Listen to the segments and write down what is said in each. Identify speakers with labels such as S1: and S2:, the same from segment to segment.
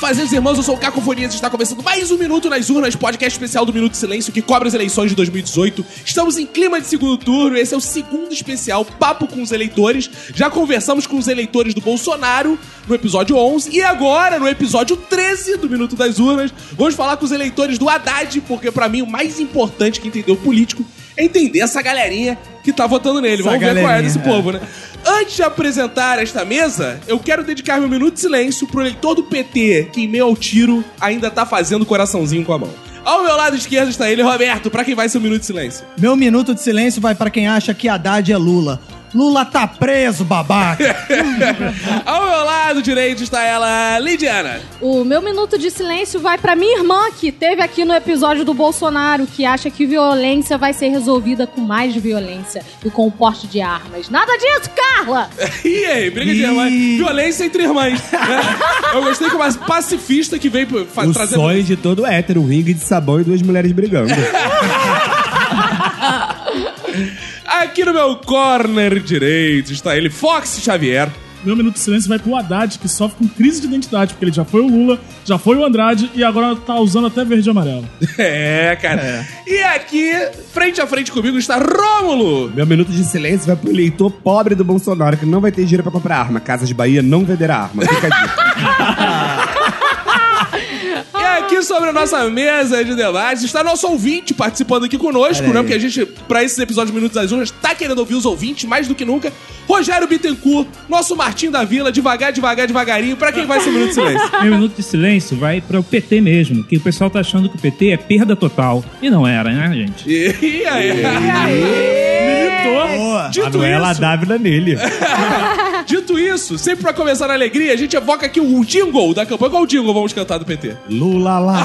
S1: Prazeres, irmãos, eu sou o Cacofonias e está começando mais um Minuto nas Urnas, podcast especial do Minuto de Silêncio que cobre as eleições de 2018. Estamos em clima de segundo turno, esse é o segundo especial Papo com os Eleitores. Já conversamos com os eleitores do Bolsonaro no episódio 11 e agora, no episódio 13 do Minuto das Urnas, vamos falar com os eleitores do Haddad, porque pra mim o mais importante que entender o político é entender essa galerinha que tá votando nele.
S2: Essa
S1: Vamos ver qual é
S2: galerinha,
S1: desse
S2: é.
S1: povo, né? Antes de apresentar esta mesa, eu quero dedicar meu minuto de silêncio pro eleitor do PT, que em meio ao tiro ainda tá fazendo coraçãozinho com a mão. Ao meu lado esquerdo está ele, Roberto, pra quem vai ser o minuto de silêncio.
S2: Meu minuto de silêncio vai pra quem acha que Haddad é Lula. Lula tá preso, babaca.
S1: Ao meu lado direito está ela, Lidiana.
S3: O meu minuto de silêncio vai pra minha irmã, que teve aqui no episódio do Bolsonaro, que acha que violência vai ser resolvida com mais violência e com o porte de armas. Nada disso, Carla!
S1: E aí, briga de
S2: Ih.
S1: irmãs. Violência entre irmãs. né? Eu gostei que uma pacifista que veio pra- fa-
S4: O
S1: trazer.
S4: sonho de todo hétero, um ringue de sabão e duas mulheres brigando.
S1: Aqui no meu corner direito está ele, Fox Xavier.
S5: Meu minuto de silêncio vai pro Haddad, que sofre com crise de identidade, porque ele já foi o Lula, já foi o Andrade e agora tá usando até verde e amarelo.
S1: É, cara. E aqui, frente a frente comigo, está Rômulo.
S4: Meu minuto de silêncio vai pro eleitor pobre do Bolsonaro, que não vai ter dinheiro pra comprar arma. Casas de Bahia não venderá arma. Fica dito.
S1: E aqui sobre a nossa mesa de debates está nosso ouvinte participando aqui conosco, né? Porque a gente, pra esses episódios Minutos das Urnas, tá querendo ouvir os ouvintes mais do que nunca. Rogério Bittencourt, nosso Martim da Vila, devagar, devagar, devagarinho. Pra quem vai ser o Minuto de Silêncio?
S6: Meu minuto de silêncio vai para o PT mesmo, que o pessoal tá achando que o PT é perda total. E não era, né, gente?
S1: E aí?
S2: Boa.
S1: Dito
S4: Manuela
S1: isso-
S4: Dávila nele.
S1: Dito isso, sempre pra começar na alegria, a gente evoca aqui o jingle da campanha. Qual jingle vamos cantar do PT?
S4: Lula lá.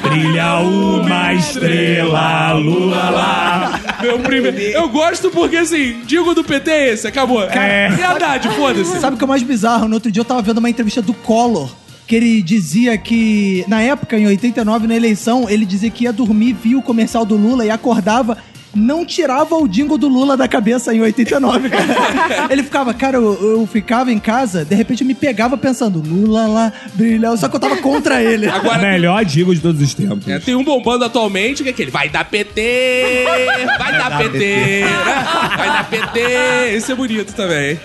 S4: Brilha uma estrela, Lula lá.
S1: Meu primeiro. Eu gosto porque, assim, jingle do PT é esse, acabou. E Haddad, foda-se.
S2: Sabe o que é o mais bizarro? No outro dia eu tava vendo uma entrevista do Collor, que ele dizia que, na época, em 89, na eleição, ele dizia que ia dormir, via o comercial do Lula e acordava. Não tirava o jingle do Lula da cabeça em 89, cara. Ele ficava, cara, eu, eu ficava em casa, de repente eu me pegava pensando, Lula lá, brilhão, só que eu tava contra ele.
S1: Agora-
S4: Melhor digo de todos os tempos.
S1: É, tem um bombando atualmente que é aquele vai dar PT, vai dar PT, né? vai dar PT. Esse é bonito também.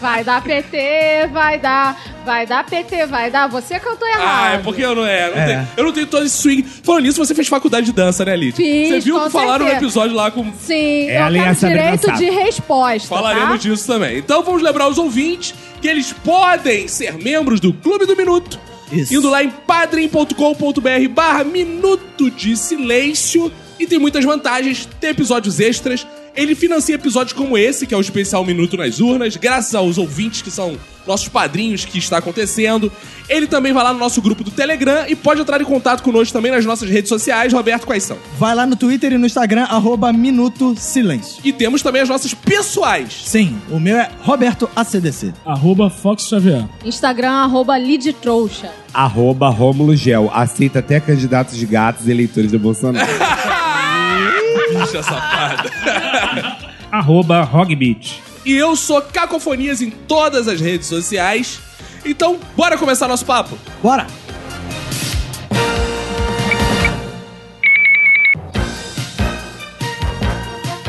S3: Vai dar PT, vai dar, vai dar PT, vai dar. Você cantou errado.
S1: Ah, é porque eu não é. não tenho- eu não tenho todo esse swing. Falando nisso, você fez faculdade de dança, né, Lid?
S3: Fiz,
S1: Você viu
S3: com
S1: que falaram no
S3: certeza.
S1: episódio lá com
S3: Sim,
S4: Ela e
S3: eu
S4: a
S3: quero
S4: Sabrina
S3: direito
S4: Sato.
S3: de resposta.
S1: Falaremos
S3: tá?
S1: disso também. Então vamos lembrar os ouvintes que eles podem ser membros do Clube do Minuto.
S2: Isso.
S1: Indo lá em padrim.com.br barra Minuto de Silêncio. E tem muitas vantagens, tem episódios extras. Ele financia episódios como esse, que é o especial Minuto nas Urnas, graças aos ouvintes que são nossos padrinhos que está acontecendo. Ele também vai lá no nosso grupo do Telegram e pode entrar em contato conosco também nas nossas redes sociais. Roberto, quais são?
S2: Vai lá no Twitter e no Instagram, arroba Minuto Silêncio.
S1: E temos também as nossas pessoais.
S2: Sim, o meu é Roberto ACDC.
S5: Arroba Fox Xavier.
S3: Instagram, arroba Lidtrouxa.
S4: Arroba Rômulo Gel. Aceita até candidatos de gatos e eleitores do Bolsonaro.
S1: Bicha safada.
S6: Arroba Hogbeat.
S1: E eu sou Cacofonias em todas as redes sociais. Então, bora começar nosso papo?
S2: Bora!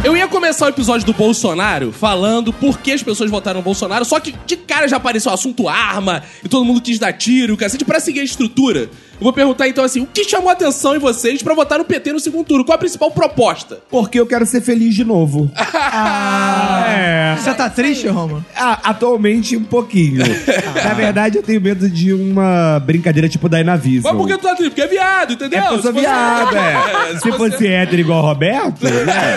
S1: Eu ia começar o episódio do Bolsonaro falando por que as pessoas votaram no Bolsonaro, só que de cara já apareceu o assunto arma e todo mundo quis dar tiro, cacete. Pra seguir a estrutura, eu vou perguntar então assim: o que chamou a atenção em vocês pra votar no PT no segundo turno? Qual a principal proposta?
S4: Porque eu quero ser feliz de novo.
S1: Ah.
S4: é.
S2: Você tá triste, Roma?
S4: Ah, atualmente um pouquinho.
S1: Ah.
S4: Na verdade, eu tenho medo de uma brincadeira tipo da Inaviso.
S1: Mas por que tu tá triste? Porque é viado, entendeu?
S4: É porque eu
S1: Se
S4: sou
S1: você-
S4: viado, é.
S1: se
S4: Se fosse hétero igual o Roberto, né?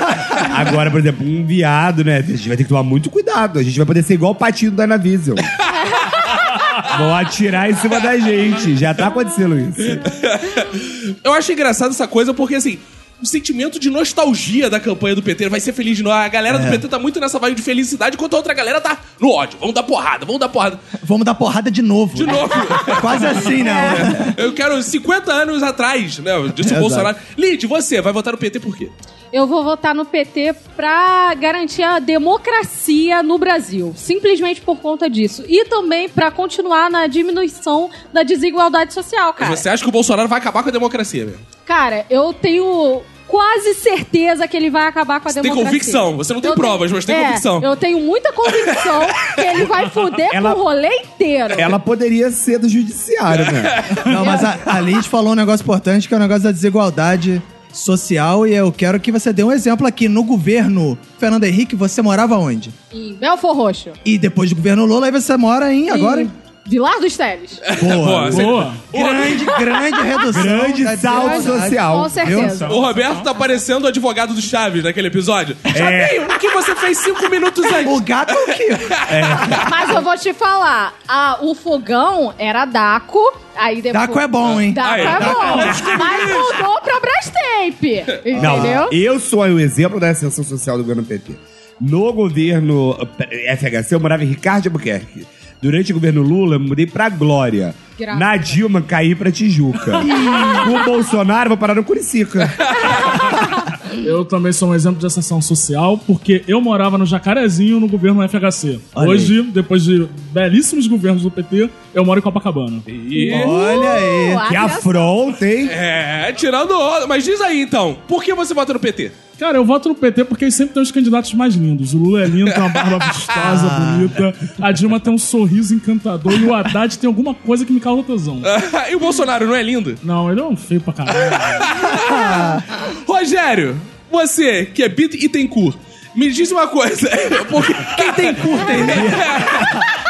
S4: Agora, por exemplo, um viado, né? A gente vai ter que tomar muito cuidado. A gente vai poder ser igual o patinho da Anavision. Vão atirar em cima da gente. Já tá acontecendo isso.
S1: Eu acho engraçado essa coisa porque, assim, um sentimento de nostalgia da campanha do PT. Vai ser feliz de novo. A galera do PT tá muito nessa vibe de felicidade, enquanto a outra galera tá no ódio. Vamos dar porrada, vamos dar porrada.
S2: Vamos dar porrada de novo.
S1: De novo.
S2: Quase assim, né?
S1: Eu quero 50 anos atrás, né? Disse o
S2: Exato.
S1: Bolsonaro. Lid, você vai votar no PT por quê?
S3: Eu vou votar no PT pra garantir a democracia no Brasil. Simplesmente por conta disso. E também pra continuar na diminuição da desigualdade social, cara.
S1: Você acha que o Bolsonaro vai acabar com a democracia, meu?
S3: Cara, eu tenho quase certeza que ele vai acabar com a
S1: Você tem
S3: democracia.
S1: convicção, você não tem
S3: Eu
S1: provas, mas tem
S3: É,
S1: convicção.
S3: Eu tenho muita convicção que ele vai foder
S4: Ela-
S3: com o rolê inteiro.
S1: É.
S4: Ela poderia ser do judiciário, né?
S2: Não, mas a, a Liz falou um negócio importante que é o negócio da desigualdade social e eu quero que você dê um exemplo aqui. No governo Fernando Henrique, você morava onde?
S3: Em Belfor Roxo.
S2: E depois do governo Lula, aí você mora em agora?
S3: Em
S2: Em...
S3: Vilar dos Teles.
S1: Boa, você-
S5: Boa.
S2: Grande, grande redução.
S4: Grande
S1: tá
S2: da
S4: salto
S2: desigualdade.
S4: social.
S3: Com certeza.
S1: O Roberto tá parecendo o advogado do Chaves naquele episódio. Chavinho, o que você fez cinco minutos antes?
S2: O gato é o quê?
S3: Mas eu vou te falar, a- o fogão era Daco, aí depois...
S2: Daco é bom, hein?
S3: Daco
S1: Aí, tá
S3: é
S1: Daco
S3: bom, mas mudou pra Brastemp, entendeu?
S4: Não, eu sou o exemplo da ascensão social do governo PT. No governo eh, FHC, eu morava em Ricardo Albuquerque. Durante o governo Lula, eu mudei pra Glória.
S3: Graças a
S4: Na Dilma, caí pra Tijuca. o Bolsonaro, vou parar no Curicica.
S5: Eu também sou um exemplo de ascensão social, porque eu morava no Jacarezinho no governo FHC.
S2: Olha
S5: Hoje, depois de belíssimos governos do PT, eu moro em Copacabana.
S3: Uh,
S2: Olha aí.
S3: Pô,
S4: Que
S3: a criança-
S4: afronta, hein?
S1: É, tirando onda. Mas diz aí então, por que você vota no PT?
S5: Cara, eu voto no PT porque eles sempre tem os candidatos mais lindos. O Lula é lindo, tem uma barba vistosa,
S6: Ah.
S5: bonita. A Dilma tem um sorriso encantador e o Haddad tem alguma coisa que me causa tesão.
S1: e o Bolsonaro não é lindo?
S5: Não, ele é um feio pra caralho.
S1: Rogério, você que é bit e tem cur. Me diz uma coisa, porque quem tem cur tem.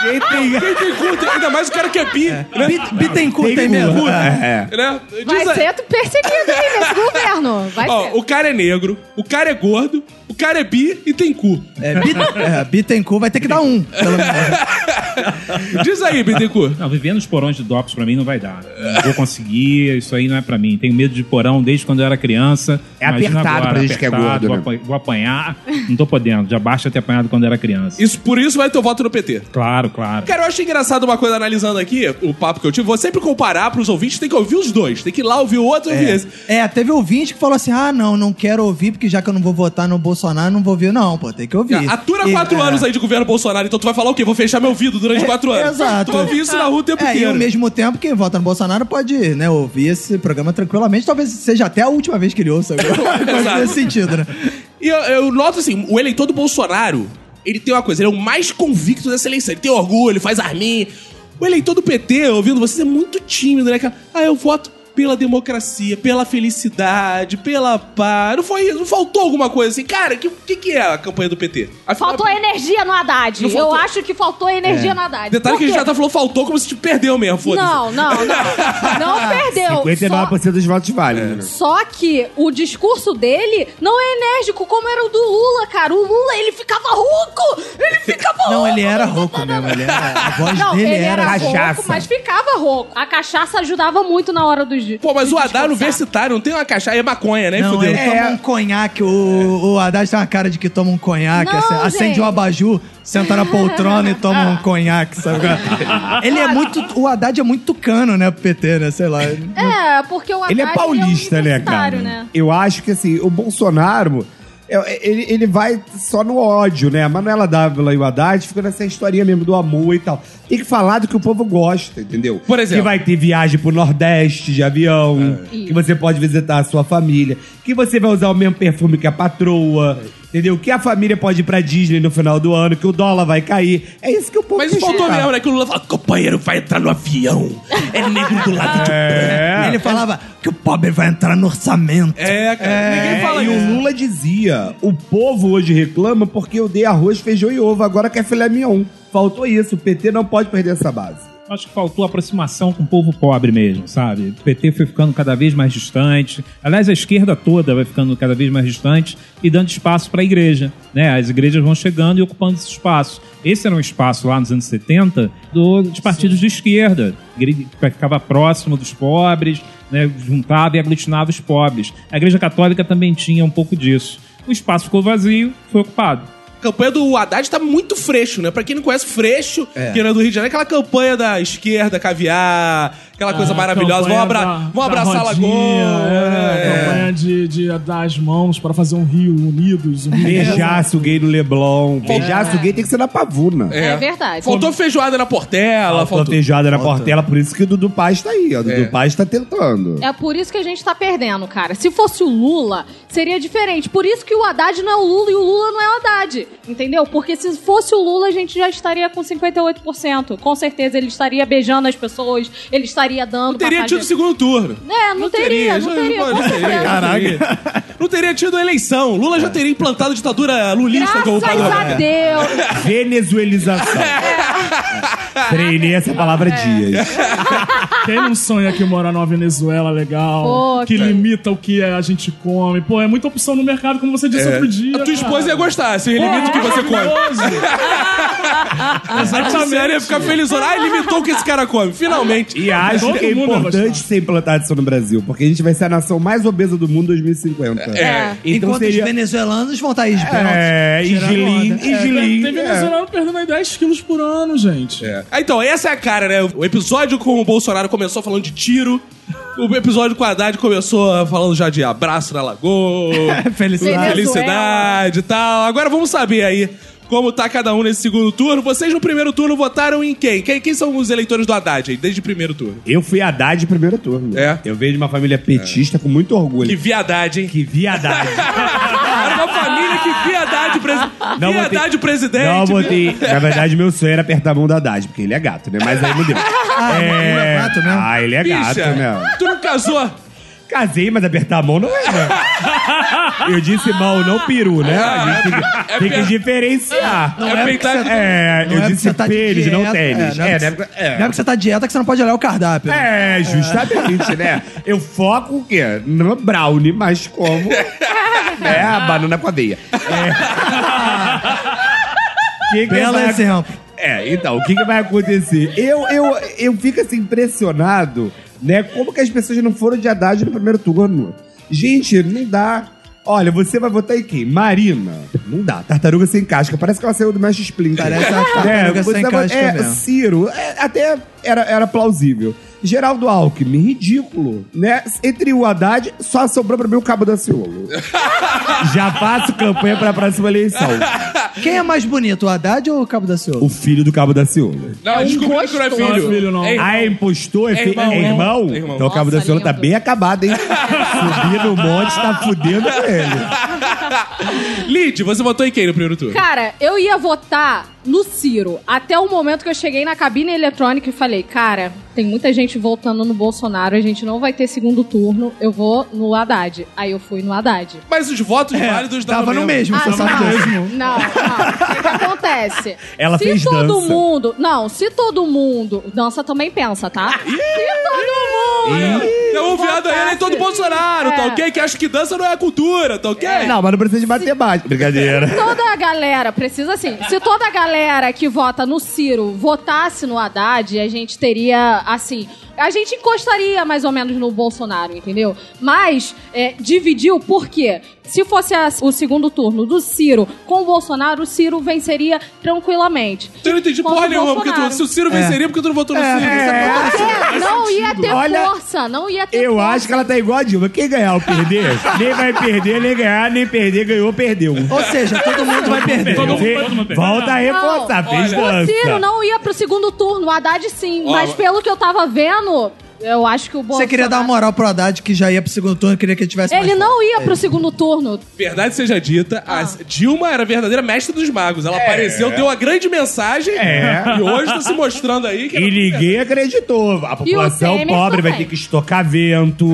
S4: Quem tem...
S1: Quem tem cur tem, ainda mais o cara que é bi, né?
S2: Bit- Bittencourt tem mesmo.
S4: É.
S1: Né?
S3: Vai
S1: Diz aí.
S3: ser perseguido aí nesse governo, vai ser.
S1: Ó, o cara é negro, o cara é gordo, o cara é bi e tem cu.
S2: É, Bit, é, Bittencourt vai ter que dar um. Pelo menos.
S1: Diz aí, Bittencourt.
S6: Não, viver nos porões de DOPS pra mim não vai dar. Não vou conseguir, isso aí não é pra mim. Tenho medo de porão desde quando eu era criança.
S4: É
S6: Imagina
S4: apertado pra gente que é gordo,
S6: Vou,
S4: né?
S6: apa- vou apanhar, não tô podendo. Já basta ter apanhado quando era criança.
S1: Isso, por isso vai teu voto no PT.
S6: Claro, claro.
S1: Cara, eu acho engraçado uma coisa analisando aqui, o papo que eu tive. Vou sempre comparar pros ouvintes, tem que ouvir os dois. Tem que ir lá ouvir o outro e ouvir esse.
S2: É, teve ouvinte que falou assim: ah, não, não quero ouvir, porque já que eu não vou votar no Bolsonaro, não vou ouvir, não, pô, tem que ouvir.
S1: Ah, Atura
S2: E-
S1: quatro
S2: é.
S1: anos aí de governo Bolsonaro, então tu vai falar o quê? Vou fechar meu ouvido durante quatro anos.
S2: exato.
S1: Tu ouvi isso na rua o tempo
S2: É, e ao
S1: inteiro.
S2: mesmo tempo, quem vota no Bolsonaro pode né, ouvir esse programa tranquilamente. Talvez seja até a última vez que ele ouça. alguma coisa
S1: Exato.
S2: nesse sentido, né?
S1: E eu, eu noto assim, o eleitor do Bolsonaro, ele tem uma coisa, ele é o mais convicto dessa eleição. Ele tem orgulho, faz arminha. O eleitor do PT, ouvindo vocês, é muito tímido, né? cara? Ah, eu voto pela democracia, pela felicidade, pela paz. Não foi isso? Não faltou alguma coisa assim? Cara, o que, que, que é a campanha do PT? Afinal, é
S3: Faltou energia no Haddad.
S1: Não
S3: Eu
S1: faltou.
S3: acho que faltou energia no Haddad.
S1: Detalhe
S3: Por
S1: que a gente
S3: quê?
S1: já tá falando faltou como se te perdeu mesmo, foda-se.
S3: Não, não, não. Não perdeu.
S4: 59% dos votos
S2: É.
S4: válidos. né?
S3: Só que o discurso dele não é enérgico como era o do Lula, cara. O Lula, ele ficava rouco! Ele ficava rouco!
S2: Não, ele era rouco mesmo. Ele era, a voz
S3: Não,
S2: dele
S3: ele era,
S2: era.
S4: cachaça.
S3: rouco, mas ficava rouco. A cachaça ajudava muito na hora dos
S1: Pô, mas
S3: de
S1: o Haddad é
S3: discursar.
S1: universitário, não tem uma cachaça, é maconha, né?
S2: Não,
S1: fudeu.
S2: ele
S3: É.
S2: toma um conhaque. O, o Haddad tem uma cara de que toma um conhaque.
S3: Não,
S2: assim, acende
S3: gente.
S2: o abajur, senta na poltrona e toma um conhaque, sabe? Ele é muito. O Haddad é muito tucano, né? Pro PT, né? Sei lá.
S3: É, porque o Haddad
S4: Ele é paulista, né, cara?
S3: universitário, né?
S4: Eu acho que, assim, o Bolsonaro... é- Ele, ele vai só no ódio, né? A Manuela Dávila e o Haddad ficam nessa historinha mesmo do amor e tal. Tem que falar do que o povo gosta, entendeu?
S1: Por exemplo. É.
S4: Que vai ter viagem pro Nordeste de avião, que você pode visitar a sua família, que você vai usar o mesmo perfume que a patroa, entendeu? Que a família pode ir pra Disney no final do ano, que o dólar vai cair. É isso que o povo
S1: Mas isso faltou
S4: gosta.
S1: mesmo, né? Que o Lula fala, companheiro, vai entrar no avião. É negro do lado de
S4: É.
S2: Ele falava que o pobre vai entrar no orçamento.
S1: É, cara. ninguém fala
S4: É, e
S1: isso.
S4: o Lula dizia: o povo hoje reclama porque eu dei arroz, feijão e ovo, agora quer filé mignon. Faltou isso, o PT não pode perder essa base.
S6: Acho que faltou aproximação com o povo pobre mesmo, sabe? O PT foi ficando cada vez mais distante. Aliás, a esquerda toda vai ficando cada vez mais distante e dando espaço para a igreja. Né? As igrejas vão chegando e ocupando esse espaço. Esse era um espaço lá nos anos 70 do- dos partidos de esquerda. Igre- Ficava próximo dos pobres, né? juntava e aglutinava os pobres. A igreja católica também tinha um pouco disso. O espaço ficou vazio, foi ocupado.
S1: A campanha do Haddad tá muito freixo, né? Pra quem não conhece, freixo, que não é do Rio de Janeiro, é aquela campanha da esquerda, caviar, aquela coisa
S5: Ah,
S1: maravilhosa. Vamos,
S5: campanha
S1: abra...
S5: da-
S1: Vamos
S5: da
S1: abraçar a
S5: rodinha,
S1: Lagoa.
S5: É,
S1: né?
S5: Campanha de, de dar as mãos para fazer um Rio Unidos. Um Rio
S4: Beijaço gay no Leblon. Beijaço gay tem que ser na pavuna.
S3: É, verdade.
S1: Faltou feijoada na portela,
S4: Faltou
S1: faltou.
S4: feijada na portela, por isso que o Dudu Paz tá aí, ó. O Dudu
S1: É.
S4: Paz tá tentando.
S3: É por isso que a gente tá perdendo, cara. Se fosse o Lula, seria diferente. Por isso que o Haddad não é o Lula e o Lula não é o Haddad. Entendeu? Porque se fosse o Lula, a gente já estaria com 58%. Com certeza, ele estaria beijando as pessoas, ele estaria dando.
S1: Não teria
S3: pra
S1: tido o
S3: fazer-
S1: segundo turno.
S3: É, não, teria, não
S1: já-
S3: teria,
S1: já
S3: com certeza.
S4: Ah,
S1: Caraca. Não teria tido eleição. Lula
S5: É.
S1: já teria implantado a ditadura lulista como
S3: Graças
S4: né?
S3: a Deus!
S4: Venezuelização. Treinei essa palavra dias.
S5: Quem não sonha que morar numa Venezuela legal,
S3: Pô,
S5: que
S3: cara.
S5: limita o que a gente come. Pô, é muita opção no mercado, como você disse outro dia.
S1: É. A tua esposa ia gostar, se
S5: É.
S1: limita o que você come.
S5: é.
S1: A Tiziana ia ficar felizona. Ah, limitou o que esse cara come. Finalmente.
S4: E acho
S5: Todo
S4: que é
S5: mundo vai
S4: importante
S5: gostar.
S4: ser implantada isso no Brasil, porque a gente vai ser a nação mais obesa do mundo em 2050.
S3: né?
S1: É.
S4: Então
S2: Enquanto
S4: seria.
S2: os venezuelanos vão estar aí de
S4: É, e Gilim,
S2: onda.
S4: e Gilim.
S5: Tem venezuelano perdendo aí 10 quilos por ano, gente.
S1: É. Ah, Então, essa é a cara, né? O episódio com o Bolsonaro começou falando de tiro. O episódio com a Haddad começou falando já de abraço na lagoa.
S5: É,
S3: Venezuela.
S1: felicidade e tal. Agora vamos saber aí como tá cada um nesse segundo turno. Vocês no primeiro turno votaram em quem? Quem, quem são os eleitores do Haddad aí, desde o primeiro turno?
S4: Eu fui Haddad primeiro turno.
S1: É.
S4: Eu venho de uma família petista com muito orgulho.
S1: Que via Haddad, hein?
S4: Que viadade.
S1: Era uma família que via Haddad, presi...
S4: Não
S1: via
S4: botei-
S1: Haddad presidente.
S4: Não, eu botei. Na verdade, meu sonho era apertar a mão da Haddad, porque ele é gato, né? Mas aí não deu.
S2: ele é gato mesmo?
S4: Ah, ele é
S1: Bicha,
S4: gato mesmo.
S1: tu não casou?
S4: Casei, mas apertar a mão não é. né? Eu disse mão, não peru,
S2: É,
S4: né? A gente tem que, tem que
S1: per-
S4: diferenciar.
S1: Não é é porque peitar- você-
S4: É,
S2: Não
S4: eu
S2: é porque
S4: disse
S2: você tá de
S4: pênis, não
S2: dieta,
S4: tênis.
S2: é, não
S4: É,
S2: é porque-
S4: né? Porque- é.
S2: Não é porque você tá de dieta que você não pode olhar o cardápio. né?
S4: É, justamente, né? Eu foco o quê? No brownie, mas como... né? A banana com aveia. É. Que que
S2: Belo
S4: vai-
S2: exemplo.
S4: É, então, o que, que vai acontecer? Eu, eu, eu fico assim impressionado, né? Como que as pessoas não foram de Haddad no primeiro turno. Gente, não dá. Olha, você vai votar em quem? Marina. Não dá. Tartaruga sem casca. Parece que ela saiu do Mestre Splinter.
S2: Parece uma tartaruga
S4: É, você
S2: sem
S4: vai-
S2: casca
S4: é,
S2: mesmo.
S4: Ciro. é, até era, era plausível. Geraldo Alckmin, ridículo, né? Entre o Haddad, só sobrou pra mim o Cabo da Ciolo. Já faço campanha pra próxima eleição.
S2: Quem é mais bonito, o Haddad ou o Cabo da Silva?
S4: O filho do Cabo da Ciolo.
S1: Não,
S5: um
S1: descobriu que
S5: gostoso.
S1: não é filho.
S5: Não é filho, não.
S1: É irmão.
S4: Ah, é impostor? É, fi-
S1: irmão.
S4: é irmão?
S1: É irmão.
S4: Então o cabo
S3: Nossa,
S4: da senhora tá
S3: lindo.
S4: bem acabado, hein? Subir no monte, tá fudendo com ele.
S1: Lid, você votou em quem no primeiro turno?
S3: Cara, eu ia votar no Ciro. Até o momento que eu cheguei na cabine eletrônica e falei, cara, tem muita gente voltando no Bolsonaro, a gente não vai ter segundo turno, eu vou no Haddad. Aí eu fui no Haddad.
S1: Mas os votos válidos dava
S2: É, Tava no mesmo,
S3: Ah,
S2: você sabe
S3: não,
S2: disso.
S3: não, não. O que que acontece?
S4: Ela
S3: se
S4: fez
S3: todo
S4: dança.
S3: mundo. Não, se todo mundo. Dança também pensa, tá? se todo mundo.
S1: É um viado aí, ele é todo
S3: votasse-
S1: Bolsonaro, tá
S3: É.
S1: ok? Que acha que dança não é cultura, tá ok?
S4: Não, mas não precisa de matemática. Brincadeira.
S3: toda a galera precisa assim. Se toda a galera que vota no Ciro votasse no Haddad, a gente teria assim. A gente encostaria mais ou menos no Bolsonaro, entendeu? Mas é, dividiu por quê? Se fosse a- o segundo turno do Ciro com o Bolsonaro, o Ciro venceria tranquilamente.
S1: Eu não entendi
S3: Contra
S1: porra
S3: o
S1: nenhuma, porque tu,
S3: Bolsonaro.
S1: se o Ciro
S2: É.
S1: venceria, porque tu não votou no Ciro?
S3: É, não ia ter
S4: Olha,
S3: força, não ia ter
S4: Eu
S3: força.
S4: acho que ela tá igual a Dilma. Quem ganhar ou perder, nem vai perder, nem ganhar, nem perder, ganhou, perdeu.
S2: Ou seja, todo mundo vai perder.
S5: Todo mundo
S4: Você
S5: todo mundo perdeu.
S4: Volta a reforçar, fez
S1: olha,
S3: O
S4: dança.
S3: Ciro não ia pro segundo turno, o Haddad sim.
S1: Ó,
S3: mas
S1: mas-
S3: pelo que eu tava vendo, Eu acho que o Bolsonaro...
S2: Você queria dar uma moral pro Haddad que já ia pro segundo turno, queria que ele tivesse
S3: Ele
S2: mais
S3: não ia
S4: É.
S3: pro segundo turno.
S1: Verdade seja dita,
S3: Ah.
S1: a Dilma era a verdadeira mestra dos magos. Ela apareceu, deu uma grande mensagem
S2: É.
S1: e hoje tá se mostrando aí que
S4: E ninguém acreditou. A população
S3: Temer
S4: pobre vai
S3: também.
S4: ter que estocar vento.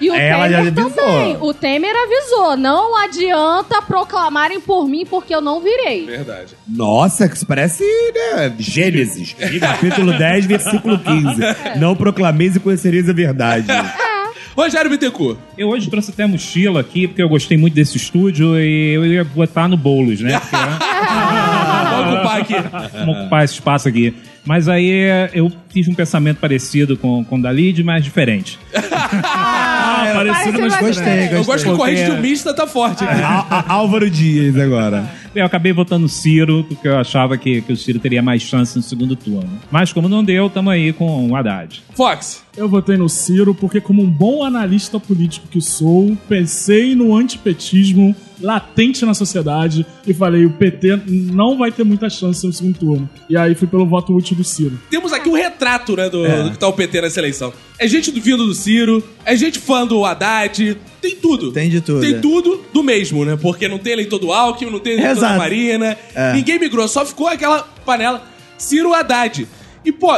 S3: E o
S4: Ela já
S3: Temer
S4: avisou.
S3: também. O Temer avisou. Não adianta proclamarem por mim porque eu não virei.
S1: Verdade.
S4: Nossa, que isso parece né, Gênesis. Capítulo 10, versículo 15.
S3: É.
S4: Não proclameis e conhecereis a verdade.
S1: Rogério Bittencourt.
S6: Eu hoje trouxe até a mochila aqui, porque eu gostei muito desse estúdio e eu ia botar no bolos, né? Porque, né?
S1: Vamos ocupar aqui.
S6: Vamos ocupar esse espaço aqui. Mas aí eu tive um pensamento parecido com, com o da Lid, mas diferente. É,
S5: Ah, parecido, mas
S3: mais
S2: Gostei,
S3: diferente.
S2: gostei.
S1: Eu gosto que o corrente do mista tá forte. aqui.
S4: Á- Á- Álvaro Dias agora.
S6: Eu acabei votando no Ciro, porque eu achava que, que o Ciro teria mais chance no segundo turno. Mas como não deu, tamo aí com o Haddad.
S1: Fox.
S5: Eu votei no Ciro porque, como um bom analista político que sou, pensei no antipetismo latente na sociedade e falei: o PT não vai ter muita chance no segundo turno. E aí fui pelo voto útil do Ciro.
S1: Temos aqui um retrato, né,
S2: É.
S1: do, do que tá o PT nessa eleição. É gente do vindo do Ciro, é gente fã do Haddad, tem tudo.
S2: Tem de tudo,
S1: Tem
S2: é.
S1: tudo do mesmo, né? Porque não tem eleitor do Alckmin, não tem eleitor da
S2: Exato. É.
S1: Marina, ninguém migrou, só ficou aquela panela Ciro Haddad. E, pô,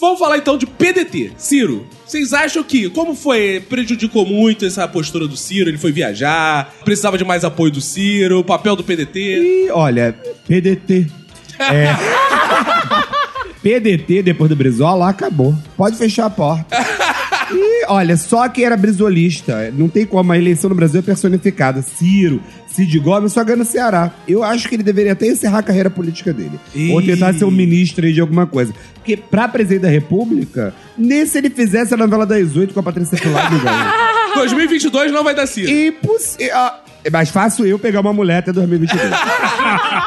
S1: vamos falar então de PDT. Ciro, vocês acham que, como foi, prejudicou muito essa postura do Ciro, ele foi viajar, precisava de mais apoio do Ciro, o papel do PDT...
S4: E olha, PDT. É. PDT, depois do Brizola, acabou. Pode fechar a porta. E olha, só quem era brizolista. Não tem como, a eleição no Brasil é personificada. Ciro, Cid Gomes só ganha no Ceará. Eu acho que ele deveria até encerrar a carreira política dele. Ou tentar ser um ministro aí de alguma coisa. Porque pra presidente da República, nem se ele fizesse a novela das oito com a Patrícia Pilar ele ganha.
S1: 2022 não vai dar Ciro.
S4: Imposs... ah, É mais fácil eu pegar uma mulher até 2022.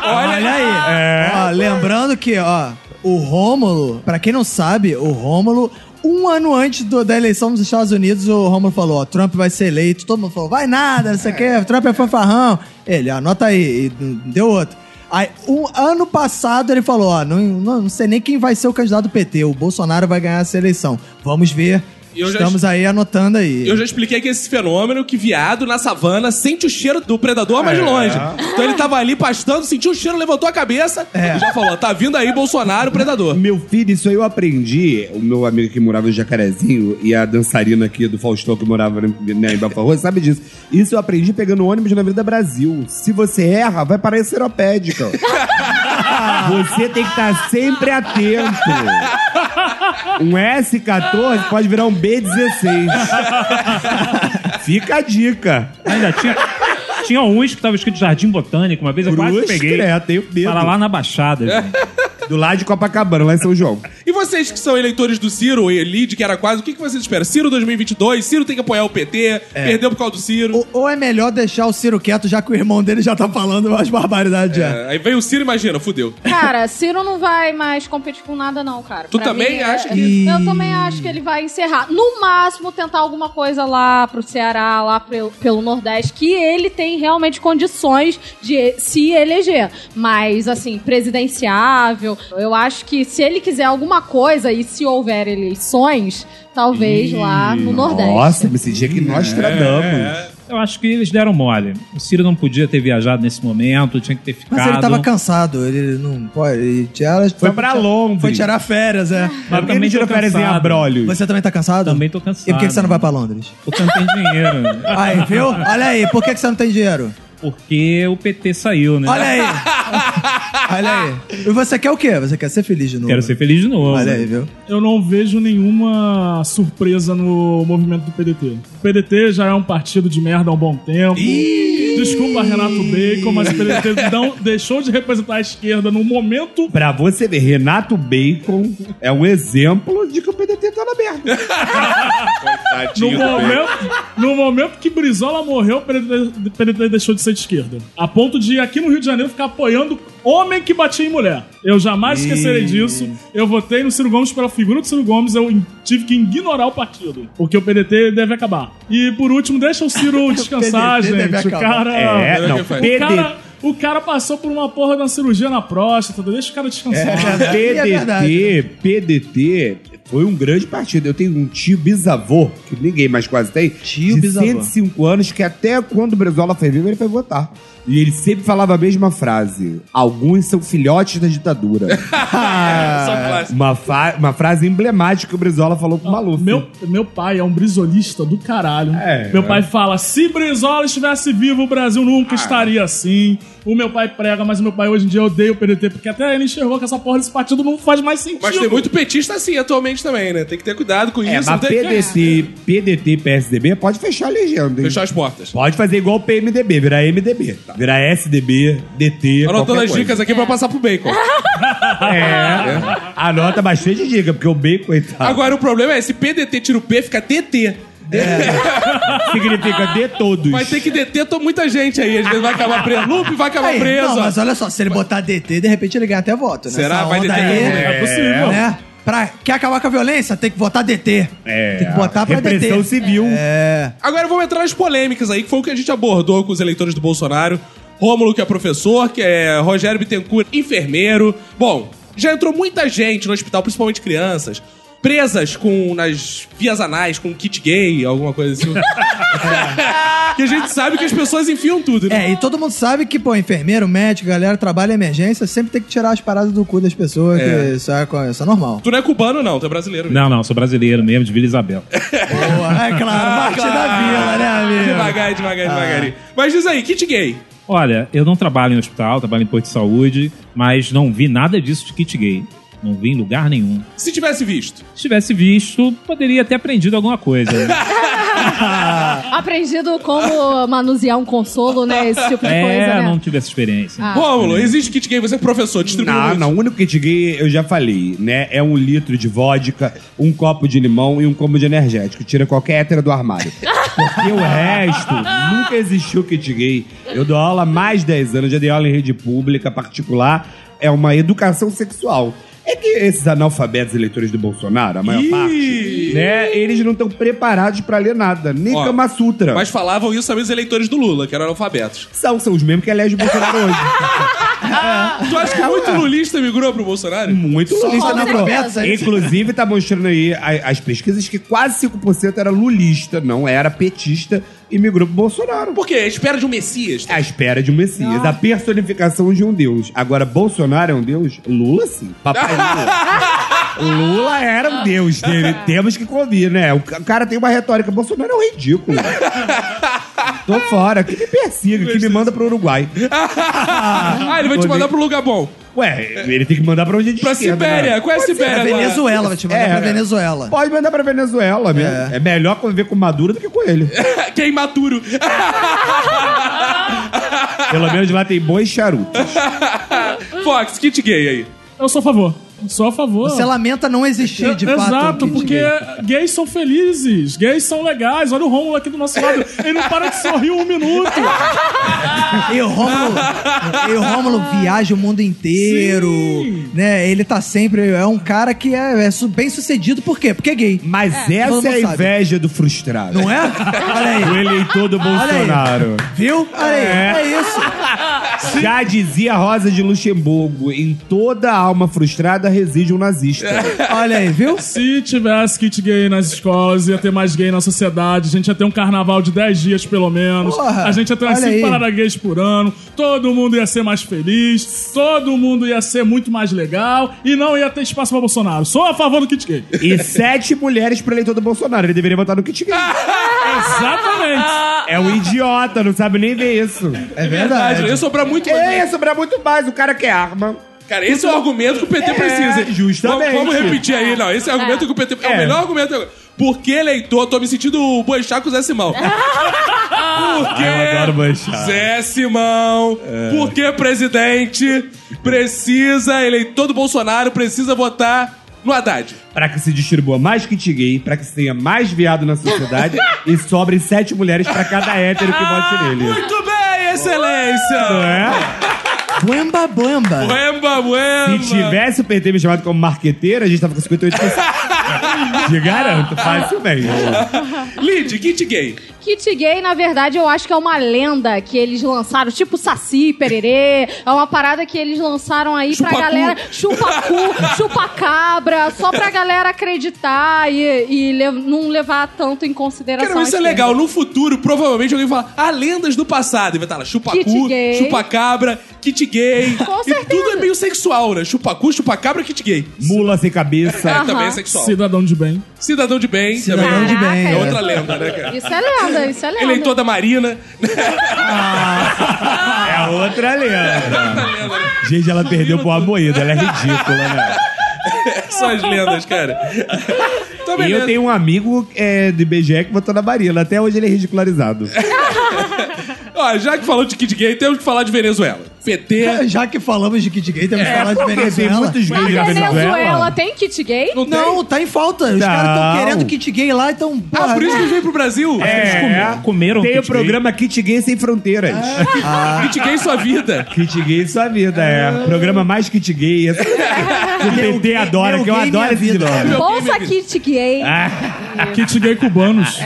S2: Olha aí.
S1: É.
S2: Ó, lembrando que, ó, o Rômulo, pra quem não sabe, o Rômulo, um ano antes do- da eleição nos Estados Unidos, o Rômulo falou, ó, Trump vai ser eleito. Todo mundo falou, vai nada, não sei o quê, Trump é fanfarrão. Ele, ó, anota aí, e n- deu outro. Aí, um ano passado, ele falou, ó, não, não, não sei nem quem vai ser o candidato do PT, o Bolsonaro vai ganhar essa eleição. Vamos ver.
S1: E eu já-
S2: Estamos aí anotando aí.
S1: Eu já expliquei que esse fenômeno que viado na savana sente o cheiro do predador
S4: É.
S1: mais de longe. Então ele tava ali pastando, sentiu o cheiro, levantou a cabeça
S4: É.
S1: e já falou: tá vindo aí Bolsonaro, predador.
S4: Meu filho, isso aí eu aprendi. O meu amigo que morava em Jacarezinho e a dançarina aqui do Faustão que morava né, em Belfort Roxo, sabe disso. Isso eu aprendi pegando ônibus na Avenida Brasil. Se você erra, vai para a seropédica. você tem que estar sempre atento. Um S14 pode virar um B16. Fica a dica.
S6: Ainda tinha, tinha uns que tava escrito Jardim Botânico, uma vez eu quase
S4: Cruz,
S6: peguei.
S4: credo, tenho medo.
S6: Fala lá na Baixada, gente.
S4: Do lado de Copacabana, lá em São João.
S1: E vocês que são eleitores do Ciro, e Elide, que era quase, o que, que vocês esperam? Ciro 2022, Ciro tem que apoiar o PT,
S4: É.
S1: perdeu por causa do Ciro.
S2: Ou, ou é melhor deixar o Ciro quieto, já que o irmão dele já tá falando umas barbaridades já.
S1: É, aí vem o Ciro, imagina, fudeu.
S3: Cara, Ciro não vai mais competir com nada, não, cara.
S1: Tu
S3: Pra
S1: também
S3: mim,
S1: acha
S3: é-
S2: que-
S3: Eu também acho que ele vai encerrar. No máximo, tentar alguma coisa lá pro Ceará, lá pelo, pelo Nordeste, que ele tem realmente condições de se eleger. Mas, assim, presidenciável. Eu acho que se ele quiser alguma coisa e se houver eleições, talvez lá no Nordeste.
S4: Nossa, me sentia que nós
S6: É.
S4: tradamos.
S6: Eu acho que eles deram mole. O Ciro não podia ter viajado nesse momento, tinha que ter ficado.
S2: Mas ele tava cansado, ele não pode. Ele tira,
S4: Foi pra Londres. Ah.
S2: Foi tirar férias, é.
S6: Mas
S4: Por que ele tirou
S6: tô
S4: férias em
S6: cansado.
S4: Abrolhos?
S2: Você também tá cansado?
S6: Também tô cansado.
S2: E por que, que você não vai pra Londres?
S6: Porque eu não tenho dinheiro.
S2: Aí, viu? Olha aí, por que, que você não tem dinheiro?
S6: Porque o PT saiu, né?
S2: Olha aí! Olha aí. E você quer o quê? Você quer ser feliz de novo? né?
S6: Quero ser feliz de novo.
S2: Olha aí, viu?
S5: eu não vejo nenhuma surpresa no movimento do PDT. O PDT já é um partido de merda há um bom tempo. Desculpa, Renato Bacon, mas o PDT não, deixou de representar a esquerda no momento.
S4: Pra você ver, Renato Bacon é um exemplo de que o PDT tá na merda.
S5: No momento, no momento que Brizola morreu, o PDT, PDT deixou de ser de esquerda. A ponto de aqui no Rio de Janeiro ficar apoiando homem que batia em mulher. Eu jamais esquecerei disso. Eu votei no Ciro Gomes pela figura do Ciro Gomes, eu in- tive que ignorar o partido. Porque o PDT deve acabar. E por último, deixa o Ciro descansar,
S2: PDT deve
S5: gente. O
S2: acabar.
S5: cara.
S4: É, não.
S1: o que
S5: O cara,
S4: PDT,
S5: o cara passou por uma porra de uma cirurgia na próstata, deixa o cara descansar.
S2: É verdade.
S4: PDT, PDT foi um grande partido. Eu tenho um tio bisavô, que ninguém mais quase tem,
S2: Tio
S4: de
S2: bisavô.
S4: 105 anos, que até quando o Brizola foi vivo, ele foi votar. E ele sempre falava a mesma frase. Alguns são filhotes da ditadura.
S1: Essa frase.
S4: uma, fa- uma frase emblemática que o Brizola falou pro Maluf.
S5: Meu, meu pai é um brisolista do caralho.
S4: É,
S5: meu
S4: né?
S5: pai fala: se Brizola estivesse vivo, o Brasil nunca estaria assim. O meu pai prega, mas o meu pai hoje em dia odeia o PDT, porque até ele enxergou que essa porra desse partido não faz mais sentido.
S1: Mas tem muito petista assim atualmente também, né? Tem que ter cuidado com
S4: É,
S1: isso.
S4: mas
S1: não tem que
S4: PDT, PDT, PSDB pode fechar a legenda, hein?
S1: fechar as portas.
S4: Pode fazer igual o PMDB, virar MDB. Virar SDB, DT,
S1: Anotando
S4: qualquer
S1: as
S4: coisa.
S1: dicas aqui pra passar pro bacon.
S4: É. Anota bastante dica, porque o B, coitado,
S1: Agora o problema é, se PDT tira o P, fica DT.
S4: É. significa de todos.
S1: Vai ter que deter to- muita gente aí. Às vezes vai acabar preso. Lupe vai acabar
S2: Aí,
S1: preso.
S2: não, mas olha só, se ele botar DT, de repente ele ganha até voto, né?
S1: Será?
S2: Essa
S1: Vai
S2: onda
S1: DT?
S2: aí,
S5: É possível.
S2: né? Pra, quer acabar com a violência? Tem que votar DT.
S4: É.
S2: Tem que botar pra
S4: Repressão
S2: DT.
S4: civil.
S1: Agora vamos entrar nas polêmicas aí, que foi o que a gente abordou com os eleitores do Bolsonaro. Rômulo, que é professor, que é Rogério Bittencourt, enfermeiro. Bom, já entrou muita gente no hospital, principalmente crianças. Presas com nas vias anais, com um kit gay, alguma coisa assim. que a gente sabe que as pessoas enfiam tudo, né?
S2: É, e todo mundo sabe que, pô, enfermeiro, médico, galera, trabalha em emergência, sempre tem que tirar as paradas do cu das pessoas, que isso é, co- isso é normal.
S1: Tu não é cubano, não, tu é brasileiro. mesmo.
S6: Não, não, sou brasileiro mesmo, de Vila Isabel.
S2: Boa, é claro, parte da vila, né, amigo? Ah.
S1: Devagar, devagar, devagarinho. Mas diz aí, kit gay.
S6: Olha, eu não trabalho em hospital, trabalho em posto de saúde, mas não vi nada disso de kit gay. Não vi em lugar nenhum.
S1: Se tivesse visto.
S6: Se tivesse visto, poderia ter aprendido alguma coisa. né?
S3: Aprendido como manusear um consolo, né? Esse tipo de coisa,
S6: é,
S3: né?
S6: não tive essa experiência.
S3: Ah.
S1: Rômulo, existe kit gay, você é professor, distribui.
S4: Não,
S1: muito.
S4: não. O único kit gay, eu já falei, né? É um litro de vodka, um copo de limão e um combo de energético. Tira qualquer hétero do armário. Porque o resto, nunca existiu kit gay. Eu dou aula há mais de 10 anos, já dei aula em rede pública, particular. É uma educação sexual. É que esses analfabetos eleitores do Bolsonaro, é a maior
S1: Ih!
S4: parte, né? Eles não estão preparados pra ler nada. Nem
S1: Ó,
S4: Kama Sutra.
S1: Mas falavam isso também os eleitores do Lula, que eram analfabetos.
S4: São, são os mesmos que elegem o Bolsonaro hoje.
S1: Tu acha que muito lulista migrou pro Bolsonaro?
S4: Muito
S2: Só
S4: lulista
S2: lista
S4: na
S2: na promessa, hein?
S4: Inclusive, tá mostrando aí a- as pesquisas que quase 5% era lulista, não era petista, e migrou pro Bolsonaro.
S1: Por quê? A espera de um Messias.
S4: À espera de um Messias, a personificação de um deus. Agora, Bolsonaro é um deus? Lula, sim. Papai Lula. Lula era um deus dele. Temos que convir, né? O ca- cara tem uma retórica. Bolsonaro é um ridículo. Tô fora. Que me persiga, que me manda pro Uruguai.
S1: Ah, ele vai te
S4: Vou
S1: mandar
S4: ver.
S1: pro lugar bom.
S4: Ué, ele tem que mandar pra onde é de
S1: Pra
S4: esquerda, né?
S1: Sibéria. Qual é a Sibéria?
S2: Pra
S1: agora?
S2: Venezuela, vai te mandar
S4: É.
S2: pra Venezuela.
S4: Pode mandar pra Venezuela mesmo. É, melhor conviver com Maduro do que com ele.
S1: Que é imaturo.
S4: Pelo menos lá tem boi e charuto.
S1: Fox, kit gay aí.
S5: Eu sou a favor. Sou a favor.
S2: Você lamenta não existir, de
S5: Eu-
S2: fato.
S5: Exato,
S2: um kit
S5: porque
S2: gay.
S5: gays são felizes, gays são legais. Olha o Rômulo aqui do nosso lado. Ele não para de sorrir um minuto.
S2: E o Rômulo, e o Rômulo viaja o mundo inteiro, né? Ele tá sempre... É um cara que é, é su- bem sucedido. Por quê? Porque é gay.
S4: Mas
S2: todo
S4: essa é
S2: mundo
S4: a
S2: sabe.
S4: inveja do frustrado.
S2: Não é? Olha aí.
S4: O eleitor do
S2: aí.
S4: Bolsonaro.
S2: Viu? Olha aí.
S4: É.
S2: É isso.
S4: Já dizia Rosa de Luxemburgo: em toda alma frustrada reside um nazista.
S2: Olha aí, viu?
S5: Se tivesse kit gay nas escolas, ia ter mais gay na sociedade. A gente ia ter um carnaval de 10 dias, pelo menos.
S2: Porra,
S5: a gente ia ter umas
S2: olha
S5: 5
S2: aí.
S5: paradas gays por ano. Todo mundo ia ser mais feliz. Todo mundo ia ser muito mais legal. E não ia ter espaço pra Bolsonaro. Sou a favor do kit gay.
S4: E sete mulheres pro eleitor do Bolsonaro. Ele deveria votar no Kit Gay.
S5: Exatamente.
S4: É um idiota, não sabe nem ver isso.
S2: É verdade.
S1: Ia sobrar muito
S4: É, ia sobrar muito mais. O cara quer arma.
S1: Cara, esse é o argumento que o PT precisa.
S4: justamente.
S1: Vamos, vamos repetir aí, não. Esse é o argumento que o PT... É, o melhor argumento agora. Por que eleitor? Tô me sentindo o Boixá com o Zé Simão. Por que...
S4: eu adoro o Boixá.
S1: Zé Simão. Por que presidente precisa... Eleitor do Bolsonaro precisa votar no Haddad.
S4: Pra que se distribua mais kit gay, pra que se tenha mais viado na sociedade e sobrem sete mulheres pra cada hétero que vote nele.
S1: Muito bem, excelência!
S4: É?
S2: Buemba, buemba.
S1: Buemba, buemba!
S4: Se tivesse o PT me chamado como marqueteiro, a gente tava com 58%. Te garanto, facilmente.
S1: Lid, kit gay.
S3: Kit gay, na verdade, eu acho que é uma lenda que eles lançaram, tipo Saci, Pererê. É uma parada que eles lançaram aí pra
S1: Chupa-cu.
S3: galera. Chupa-cu, chupa-cabra, só pra galera acreditar e, e le- não levar tanto em consideração.
S1: Cara, mas isso é
S3: as
S1: legal. No futuro, provavelmente alguém vai falar, ah, lendas do passado. E vai estar lá, chupacu,
S3: Kit gay.
S1: chupacabra, kit gay.
S3: Com
S1: e
S3: certeza.
S1: tudo é meio sexual, né? Chupacu, chupacabra, kit gay.
S4: Mula sem cabeça.
S1: É, também é
S3: Aham.
S1: sexual.
S5: Cidadão de bem.
S1: Cidadão de bem.
S2: Cidadão
S1: também.
S2: de bem,
S1: É
S2: é.
S1: outra lenda, né, cara?
S3: Isso é lenda, isso é lenda.
S1: Eleitor da Marina.
S4: É outra
S1: Ah.
S4: lenda.
S1: né?
S4: Gente, ela perdeu pro Amoedo. Ela é ridícula, né?
S1: São as lendas, cara. Então,
S4: E eu
S1: beleza.
S4: tenho um amigo é, do IBGE que votou na Marina. Até hoje ele é ridicularizado.
S1: Ó, já que falou de Kid Gay, temos que falar de Venezuela. PT.
S2: É, Já que falamos de Kid Gay,
S1: É,
S2: temos que falar de
S4: Porque tem
S2: Venezuela.
S4: muitos
S3: Na
S4: gays na
S3: Tá Venezuela
S4: Venezuela.
S3: tem kit gay?
S1: Não, tem?
S2: Não, tá em falta. Os caras
S4: Não.
S2: estão querendo kit gay lá, então.
S1: Ah,
S2: porra,
S1: por isso que veio pro Brasil?
S4: É.
S6: Eles comeram, É, comeram
S4: Tem o
S6: kit gay.
S4: programa Kit Gay Sem Fronteiras.
S1: Kid Gay sua vida.
S4: Kit Gay sua vida, é. Programa mais Kit Gay. O PT adora,
S2: meu
S4: que eu
S2: gay, minha
S4: adoro esse
S2: vida.
S4: nome.
S3: Bolsa kit gay.
S5: Kit gay cubanos.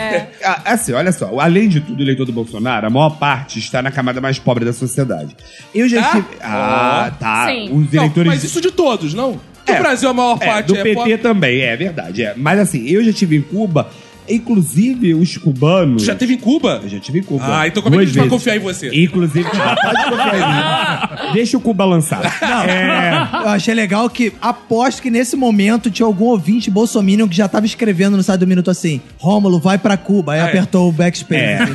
S4: Ah, Assim, olha só, além de tudo, o eleitor do Bolsonaro, a maior parte está na camada mais pobre da sociedade. Eu já
S1: Tá?
S4: estive. Ah, tá.
S3: Sim.
S1: Não,
S4: Os eleitores.
S1: mas isso de todos, não? Que
S4: É.
S1: o Brasil, a maior
S4: É,
S1: parte
S4: do
S1: é
S4: PT
S1: pobre.
S4: também, é verdade. É. Mas assim, eu já estive em Cuba, inclusive os cubanos.
S1: Tu já teve em Cuba?
S4: Eu já estive em Cuba.
S1: Ah, então como é que a
S4: Duas
S1: gente vai
S4: vezes.
S1: confiar em você? Ah!
S4: Inclusive, pode confiar em mim. Deixa o Cuba lançar. É.
S2: Eu achei legal que aposto que nesse momento tinha algum ouvinte bolsominion que já tava escrevendo no site do Minuto assim: Rômulo, vai pra Cuba. Aí
S1: Ah, é.
S2: apertou o backspace.
S4: É.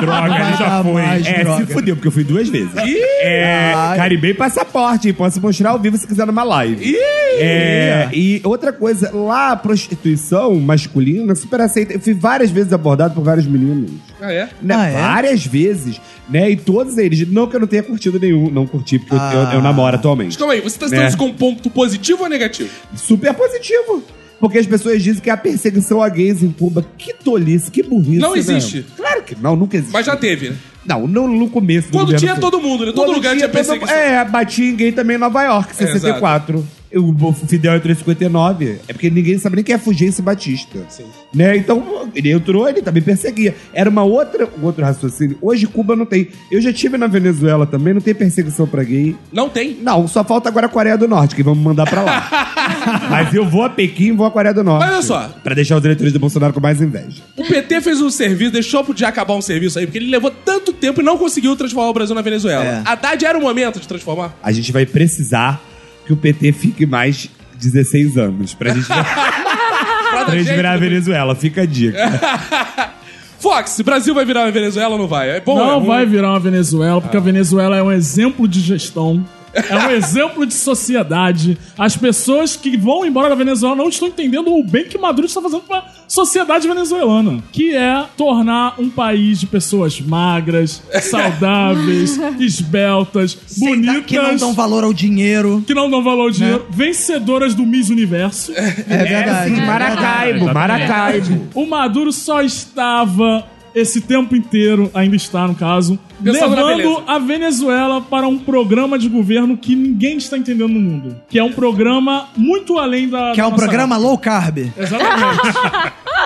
S4: droga,
S2: Vai
S4: ele já
S2: dar
S4: foi.
S2: mais
S4: é,
S2: droga.
S4: se fudeu, porque eu fui duas vezes.
S1: Ih!
S4: é,
S2: Ai.
S4: carimbei passaporte, posso mostrar ao vivo se quiser numa live. É, e outra coisa, lá a prostituição masculina é super aceita. Eu fui várias vezes abordado por vários meninos.
S1: Ah, é?
S4: Né?
S2: Ah, é?
S4: Várias vezes, né? E todos eles. Não que eu não tenha curtido nenhum, não curti, porque eu-
S2: Ah.
S4: eu, eu namoro
S1: Mas
S4: atualmente.
S1: calma aí, você tá citando
S4: Né?
S1: isso como ponto positivo ou negativo?
S4: Super positivo. Porque as pessoas dizem que a perseguição a gays em Cuba, que tolice, que burrice.
S1: Não
S4: né?
S1: existe.
S4: Claro que não, nunca existe.
S1: Mas já teve, né?
S4: Não, não no começo. do
S1: Quando
S4: governo
S1: tinha
S4: Temer.
S1: todo mundo, né? Todo
S4: Quando
S1: lugar tinha
S4: todo-
S1: perseguição. É,
S4: É, bati em gay também em Nova York, 64. Eu- O Fidel entrou em 59. É porque ninguém sabe nem quem é Fugência Batista.
S1: Sim.
S4: Né? Então, ele entrou, ele também perseguia. Era uma outra, um outro raciocínio. Hoje, Cuba não tem. Eu já tive na Venezuela também, não tem perseguição pra gay.
S1: Não tem.
S4: Não, só falta agora a Coreia do Norte, que vamos mandar pra lá. Mas eu vou a Pequim e vou à Coreia do Norte.
S1: Mas olha só.
S4: Pra deixar os eleitores do Bolsonaro com mais inveja.
S1: O PT fez um serviço, deixou podia acabar um serviço aí, porque ele levou tanto tempo e não conseguiu transformar o Brasil na Venezuela.
S2: É.
S1: Haddad era o momento de transformar.
S4: a gente vai precisar que o PT fique mais 16 anos pra gente, pra
S1: Pra dar
S4: gente
S1: jeito.
S4: virar a Venezuela. Fica a dica.
S1: Fox, Brasil vai virar uma Venezuela ou não vai? É bom, é
S5: não
S1: ruim? Ah.
S5: vai virar uma Venezuela, porque a Venezuela é um exemplo de gestão. É um exemplo de sociedade. As pessoas que vão embora da Venezuela não estão entendendo o bem que Maduro está fazendo para a sociedade venezuelana, que é tornar um país de pessoas magras, saudáveis, esbeltas,
S2: Sem dar-
S5: bonitas,
S2: tá Que não dão Né? valor ao dinheiro.
S5: valor ao dinheiro, vencedoras do Miss Universo.
S2: É, verdade.
S4: Maracaibo, Maracaibo.
S5: O Maduro só estava esse tempo inteiro, ainda está no caso,
S1: Pensando na
S5: levando
S1: beleza.
S5: a Venezuela para um programa de governo que ninguém está entendendo no mundo. Que é um programa muito além da.
S2: Que é
S5: da
S2: um
S5: nossa
S2: programa low carb.
S5: época. Exatamente.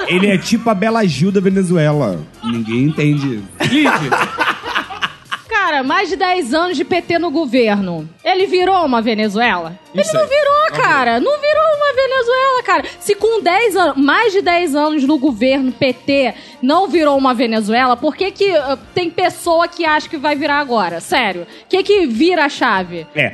S4: Ele é tipo a Bela Gil da Venezuela. Ninguém entende.
S3: Cara, mais de 10 anos de PT no governo. Ele virou uma Venezuela? ele
S1: sei.
S3: não virou, cara. Não virou uma Venezuela, cara. Se com 10 anos, mais de 10 anos no governo PT não virou uma Venezuela, por que que uh, tem pessoa que acha que vai virar agora? Sério. O que que vira a chave?
S4: É.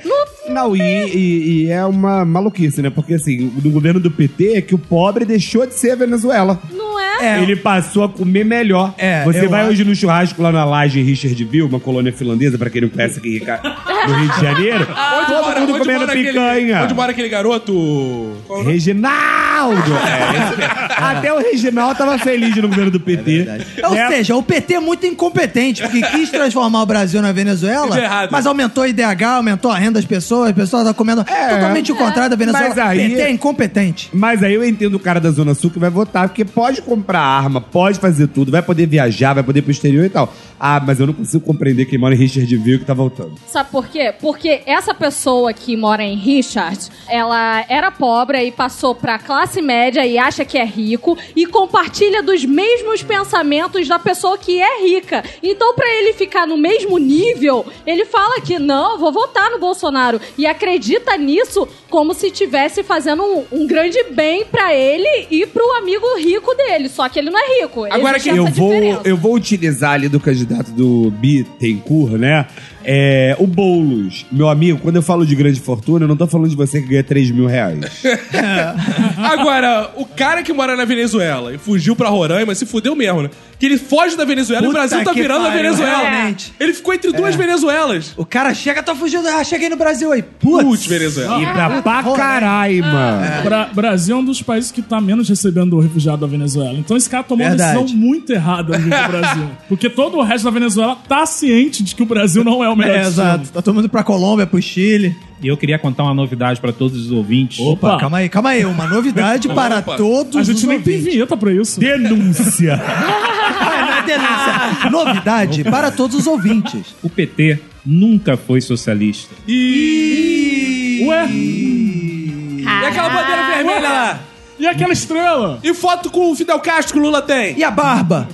S4: Não, e, e- e é uma maluquice, né? Porque assim, no governo do PT é que o pobre deixou de ser a Venezuela.
S3: Não é?
S2: É.
S4: Ele passou a comer melhor.
S2: É,
S4: Você
S2: eu
S4: vai
S2: acho.
S4: hoje no churrasco lá na Laje Richardville, uma colônia finlandesa, pra quem não conhece aqui em Rica- no Rio de Janeiro.
S1: Onde
S4: todo
S1: mora-
S4: mundo
S1: onde
S4: comendo
S1: mora aquele-
S4: picanha.
S1: onde mora aquele garoto? Qual o nome?
S4: Reginaldo! É, esse mesmo. Até o Reginaldo tava feliz no governo do PT.
S2: Ou
S4: Né?
S2: seja, o PT é muito incompetente, porque quis transformar o Brasil na Venezuela,
S1: Tudo errado.
S2: mas aumentou o IDH, aumentou a renda das pessoas, as pessoas estão comendo totalmente o contrário da Venezuela.
S4: Mas aí-
S2: O PT é incompetente.
S4: Mas aí eu entendo o cara da Zona Sul que vai votar, porque pode comprar arma, pode fazer tudo, vai poder viajar, vai poder ir pro exterior e tal. Ah, mas eu não consigo compreender quem mora em Richardville que tá voltando.
S3: Sabe por quê? Porque essa pessoa que mora em Richard, ela era pobre e passou pra classe classe média e acha que é rico e compartilha dos mesmos pensamentos da pessoa que é rica. Então, pra ele ficar no mesmo nível, ele fala que não, vou votar no Bolsonaro e acredita nisso como se estivesse fazendo um, um grande bem pra ele e pro amigo rico dele. Só que ele não é rico.
S1: Agora
S3: Existe
S1: que
S3: essa
S4: eu vou,
S3: diferença.
S4: eu vou utilizar ali do candidato do Bittencourt, né? É, o Boulos, meu amigo, quando eu falo de grande fortuna, eu não tô falando de você que ganha 3 mil reais.
S1: Agora, o cara que mora na Venezuela e fugiu pra Roraima se fudeu mesmo, né? Que ele foge da Venezuela e o
S2: Puta
S1: Brasil tá
S2: que
S1: virando a
S2: pariu,
S1: Venezuela.
S2: realmente.
S1: Ele ficou entre duas Venezuelas.
S2: O cara chega, tá fugindo. Ah, cheguei no Brasil aí.
S1: Putz,
S2: Putz.
S1: Venezuela.
S4: E pra Pacaraima.
S5: Bra- Brasil é um dos países que tá menos recebendo refugiado da Venezuela. Então esse cara tomou
S2: Verdade.
S5: uma decisão muito errada no Brasil. Porque todo o resto da Venezuela tá ciente de que o Brasil não é o melhor
S2: É,
S5: destino.
S2: exato. Tá todo mundo pra Colômbia, pro Chile.
S6: E eu queria contar uma novidade pra todos os ouvintes.
S2: Opa,
S5: Opa.
S2: calma aí, calma aí. Uma novidade para
S1: Opa.
S2: todos
S5: A
S2: os
S5: gente nem tem
S2: ouvintes.
S5: vinheta pra isso.
S4: Denúncia.
S2: Ah, não é denúncia. Novidade para todos os ouvintes.
S6: O PT nunca foi socialista.
S1: E...
S5: Ué,
S1: e aquela bandeira vermelha lá?
S5: e aquela estrela?
S1: E foto com o Fidel Castro que o Lula tem?
S2: E a barba?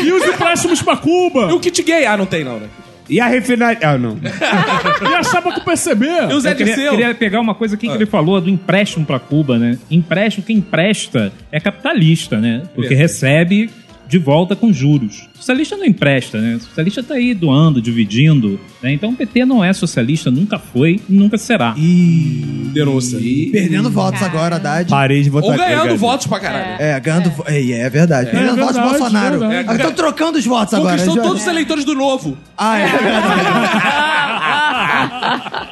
S5: E os empréstimos pra
S1: E
S5: Cuba?
S1: o kit gay? Ah, não tem não, né?
S4: E a refinaria. Ah, não.
S5: E a chapa com
S1: E
S5: o
S1: o
S5: PCB?
S1: Zé
S6: Eu queria,
S1: Dirceu?
S6: queria pegar uma coisa aqui que ele falou do empréstimo pra Cuba, né? Empréstimo, quem empresta é capitalista, né? Porque
S1: Beleza.
S6: recebe de volta com juros. Socialista não empresta, né? Socialista tá aí doando, dividindo. né? Então o PT não é socialista, nunca foi e nunca será.
S2: E
S1: Denúncia.
S2: perdendo votos agora, Haddad.
S4: Parei de votar
S1: Ou ganhando
S4: Obrigado.
S1: votos pra caralho.
S2: É, ganhando. vo- É, é verdade. Perdendo votos
S5: verdade, é
S2: Bolsonaro.
S5: verdade.
S2: Estão trocando os votos agora.
S1: Conquistou
S2: Já-
S1: todos os eleitores do Novo.
S2: Ah, é verdade.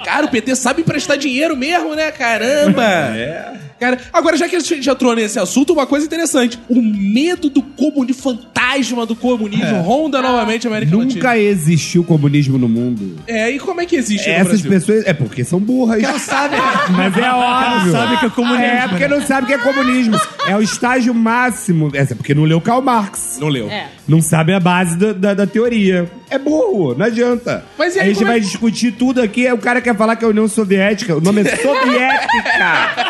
S1: Cara, o PT sabe emprestar dinheiro mesmo, né? Caramba! É. Cara, agora já que a gente entrou nesse assunto, uma coisa interessante. O medo do comunismo, fantasma do comunismo, ronda novamente a América Latina.
S4: É. Nunca existiu comunismo no mundo.
S1: É, e como é que existe no
S4: Essas
S1: Brasil?
S4: pessoas. É porque são burras.
S2: Não sabe.
S4: Mas é óbvio.
S2: sabe que é comunismo,
S4: É porque não sabe o que é comunismo. É o estágio máximo. Essa é porque não leu Karl Marx.
S1: Não leu.
S3: É.
S4: Não sabe a base da, da- da teoria. É burro, não adianta.
S1: Mas e aí,
S4: a gente
S1: como é
S4: vai
S1: que-
S4: discutir tudo aqui. aí O cara quer falar que é a União Soviética. O nome é Soviética.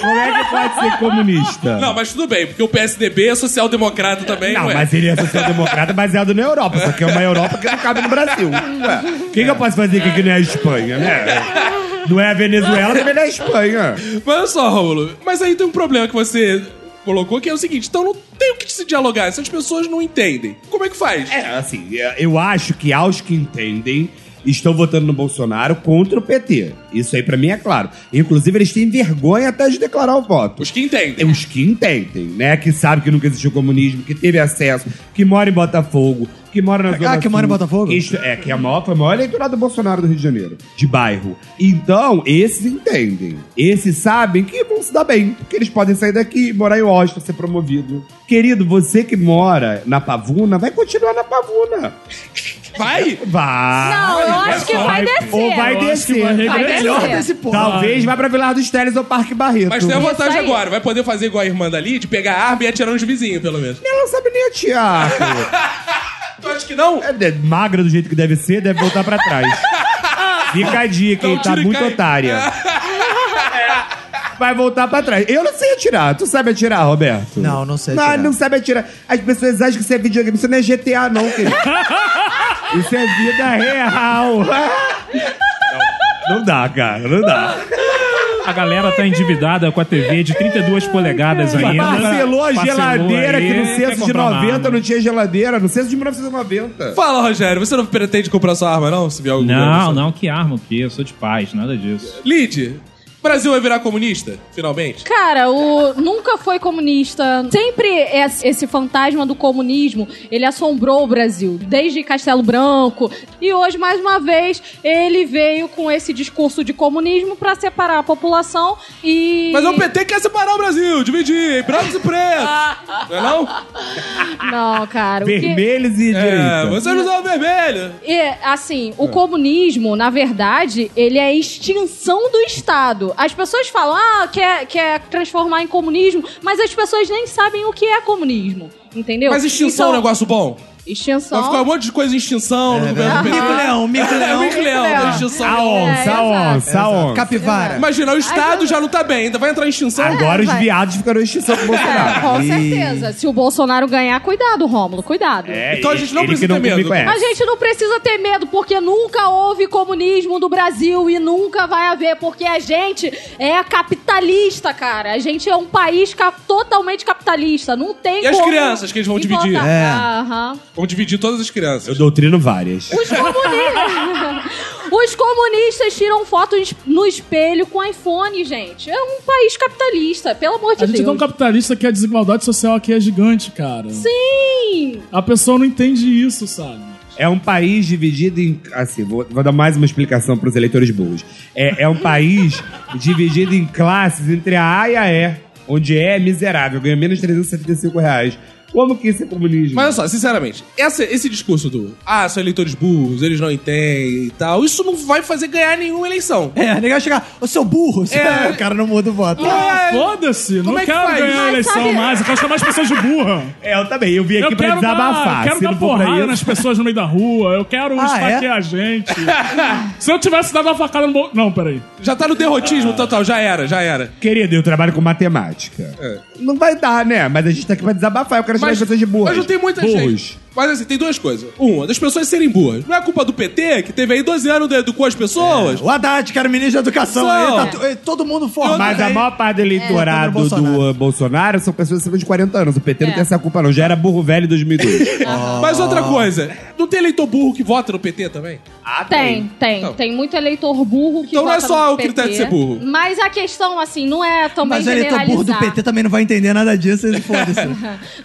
S4: Como é que pode ser comunista?
S1: Não, mas tudo bem, porque o PSDB é social-democrata também,
S4: Não,
S1: não é?
S4: mas ele é social-democrata baseado na Europa, só que é uma Europa que não cabe no Brasil. Ué, O que, que eu posso fazer aqui que não é a Espanha, né? Não é a Venezuela, também não é a Espanha.
S1: Mas olha só, Rômulo, mas aí tem um problema que você colocou, que é o seguinte, então não tem o que se dialogar, essas pessoas não entendem. Como é que faz?
S4: É, assim, eu acho que aos que entendem estão votando no Bolsonaro contra o PT. Isso aí pra mim é claro. Inclusive, eles têm vergonha até de declarar o voto.
S1: Os que entendem.
S4: Os que entendem, né? Que sabem que nunca existiu comunismo, que teve acesso, que mora em Botafogo, que mora na
S2: Ah,
S4: Zona
S2: que mora em
S4: Sul,
S2: Botafogo?
S4: que isto- é, que é a maior, foi o maior eleitorado do Bolsonaro do Rio de Janeiro, de bairro. Então, esses entendem. Esses sabem que vão se dar bem, porque eles podem sair daqui e morar em Washington, ser promovido. Querido, você que mora na Pavuna, vai continuar na Pavuna.
S1: Vai!
S4: Vai!
S3: Não, eu acho que vai descer.
S4: Ah, Ou vai
S5: Eu acho que
S4: descer.
S5: vai
S3: Vai
S5: regredir.
S3: descer.
S2: Esse povo.
S4: Talvez vá pra Vila dos Teles ou Parque Barreto.
S1: Mas tem a
S3: Isso
S1: vantagem
S3: aí.
S1: agora, vai poder fazer igual a irmã dali, de pegar a arma e atirar nos vizinhos, pelo menos.
S4: Ela não sabe nem atirar. pô.
S1: Tu acha que não?
S4: É, é magra do jeito que deve ser, deve voltar pra trás. Fica a dica, hein?
S1: Então,
S4: Tá
S1: tira e
S4: muito
S1: cai.
S4: otária. Vai voltar pra trás. Eu não sei atirar. Tu sabe atirar, Roberto?
S2: Não, não sei
S4: Não,
S2: atirar.
S4: não sabe atirar. As pessoas acham que isso é videogame. Isso não é GTA, não, querido. Isso é vida real. Não, não dá, cara. Não dá.
S6: A galera tá endividada com a TV de 32 polegadas ainda.
S4: Parcelou a geladeira
S6: aí,
S4: que no
S6: não quer
S4: censo de
S6: comprar
S4: 90
S6: nada.
S4: não tinha geladeira. No censo de 1990.
S1: Fala, Rogério, você não pretende comprar sua arma, não? Se vier algum
S6: Não, não, que arma, o quê? Eu sou de paz, nada disso.
S1: Lid, Brasil vai virar comunista, finalmente?
S3: Cara, o nunca foi comunista. Sempre es- esse fantasma do comunismo, ele assombrou o Brasil, desde Castelo Branco. E hoje, mais uma vez, ele veio com esse discurso de comunismo pra separar a população e
S1: Mas o PT quer separar o Brasil, dividir em brancos e pretos. Não é não?
S3: Não, cara, o que-
S4: Vermelhos e
S1: É,
S4: direita.
S1: vocês não são vermelho.
S3: É, assim, o comunismo, na verdade, ele é a extinção do Estado. As pessoas falam, ah, quer, quer transformar em comunismo, mas as pessoas nem sabem o que é comunismo. Entendeu?
S1: Mas extinção é um
S3: Então,
S1: negócio bom. Vai
S3: Extinção.
S1: ficar um monte de coisa em extinção no governo do PT.
S2: Mico-leão,
S1: É,
S2: mico-leão.
S1: Mico-leão,
S3: Mico-leão.
S1: da extinção.
S6: A onça, a onça, a onça.
S5: É
S2: Capivara.
S1: Imaginar o Estado já não tá bem, ainda vai entrar em extinção.
S4: Agora os
S7: vai.
S4: viados ficaram em extinção com o
S3: Ah,
S4: Bolsonaro.
S3: É, com certeza. Se o Bolsonaro ganhar, cuidado, Rômulo, cuidado.
S1: Então a gente não
S4: É, Ele
S1: precisa
S4: que
S1: ter medo.
S4: me conhece.
S3: A gente não precisa ter medo, porque nunca houve comunismo no Brasil e nunca vai haver, porque a gente é capitalista, cara. A gente é um país ca- totalmente capitalista. Não tem
S1: E as
S3: como
S1: crianças que eles vão
S3: implantar.
S1: dividir?
S2: É.
S3: Aham.
S1: Vamos dividir todas as
S4: Eu
S1: crianças.
S4: doutrino várias.
S3: Os comunistas. Os comunistas tiram foto es- no espelho com iPhone, gente. É um país capitalista, pelo amor de
S5: A gente é
S3: Deus.
S5: tão capitalista que a desigualdade social aqui é gigante, cara.
S3: Sim!
S5: A pessoa não entende isso, sabe?
S4: É um país dividido em. Assim, vou, vou dar mais uma explicação para os eleitores burros. É, é um país dividido em classes entre a A e a E, onde E é miserável, ganha menos 375 reais. Como que isso é comunismo?
S1: Mas olha só, sinceramente, essa- esse discurso do ah, são eleitores burros, eles não entendem e tal, isso não vai fazer ganhar nenhuma eleição.
S2: É, ninguém vai chegar, ô seu burro, tá-"
S1: É.
S2: o cara não muda o voto.
S5: Ah, Foda-se, não
S1: como é que
S5: quero
S1: faz?
S5: ganhar a
S3: Mas
S5: eleição
S3: sabe-
S5: mais, eu quero Ah, chamar as pessoas de burra.
S4: É, eu também. Eu vim aqui
S5: eu
S4: pra
S5: quero
S4: desabafar.
S5: dar, quero
S4: Se
S5: dar
S4: não for pra
S5: porrada
S4: isso-
S5: nas pessoas no meio da rua, eu quero
S2: Ah,
S5: esfaquear É a gente. Se eu tivesse dado uma facada no bol... Não, peraí.
S1: Já tá no derrotismo total, já era, já era.
S4: Querido, eu trabalho com matemática. Não vai dar, né? Mas a gente tá aqui pra desabafar. Eu quero chamar as pessoas tá de burras.
S1: mas não tem muita
S4: burros.
S1: gente. Mas assim, tem duas coisas. Uma, das pessoas serem burras. Não é culpa do PT, que teve aí 12 anos de- educou as pessoas.
S2: O Haddad, que era o ministro da educação,
S1: São.
S2: aí tá tu- eh, todo mundo formado.
S4: Mas a
S2: aí.
S4: maior parte do
S2: É,
S4: eleitorado
S2: contra o
S4: do
S2: Bolsonaro.
S4: uh, Bolsonaro são pessoas acima de 40 anos. O PT não
S3: É.
S4: tem essa culpa, não. Já era burro velho em 2002.
S1: Mas outra coisa, não tem eleitor burro que vota no PT também?
S3: Tem, tem.
S1: Então-
S3: tem muito eleitor burro que
S1: Então não é
S3: vota
S1: só
S3: no
S1: o critério de
S3: PT.
S1: ser burro.
S3: Mas a questão, assim, não é também
S2: Mas o eleitor burro do
S3: generalizar.
S2: PT também não vai entender nada disso, ele foda-se.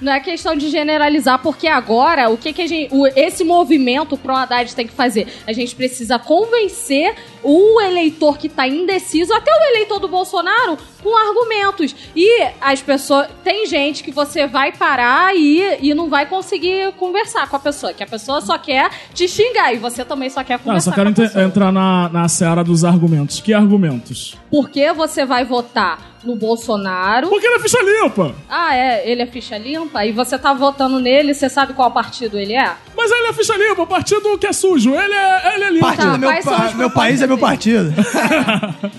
S3: Não é questão de generalizar, porque agora o que, que a gente. o- esse movimento pro Haddad tem que fazer? A gente precisa convencer o eleitor que tá indeciso, até o eleitor do Bolsonaro, com argumentos. E as pessoas. Tem gente que você vai parar e, e não vai conseguir conversar com a pessoa, que a pessoa só quer te xingar e você também só quer
S5: Ah, eu
S3: conversar.
S5: só quero
S3: com é a
S5: ent-
S2: é,
S3: pessoa.
S5: entrar na, na seara dos argumentos. Que argumentos?
S3: Por que você vai votar no Bolsonaro?
S5: Porque na ficha limpa.
S3: Ah, é, ele é ficha limpa? E você tá votando nele, você sabe qual partido ele é?
S5: Mas ele é ficha limpa, o partido que é sujo. Ele é, ele é limpo.
S2: Partido,
S3: Tá,
S2: meu,
S3: quais são
S2: pa-
S3: os
S2: meu país é meu partido.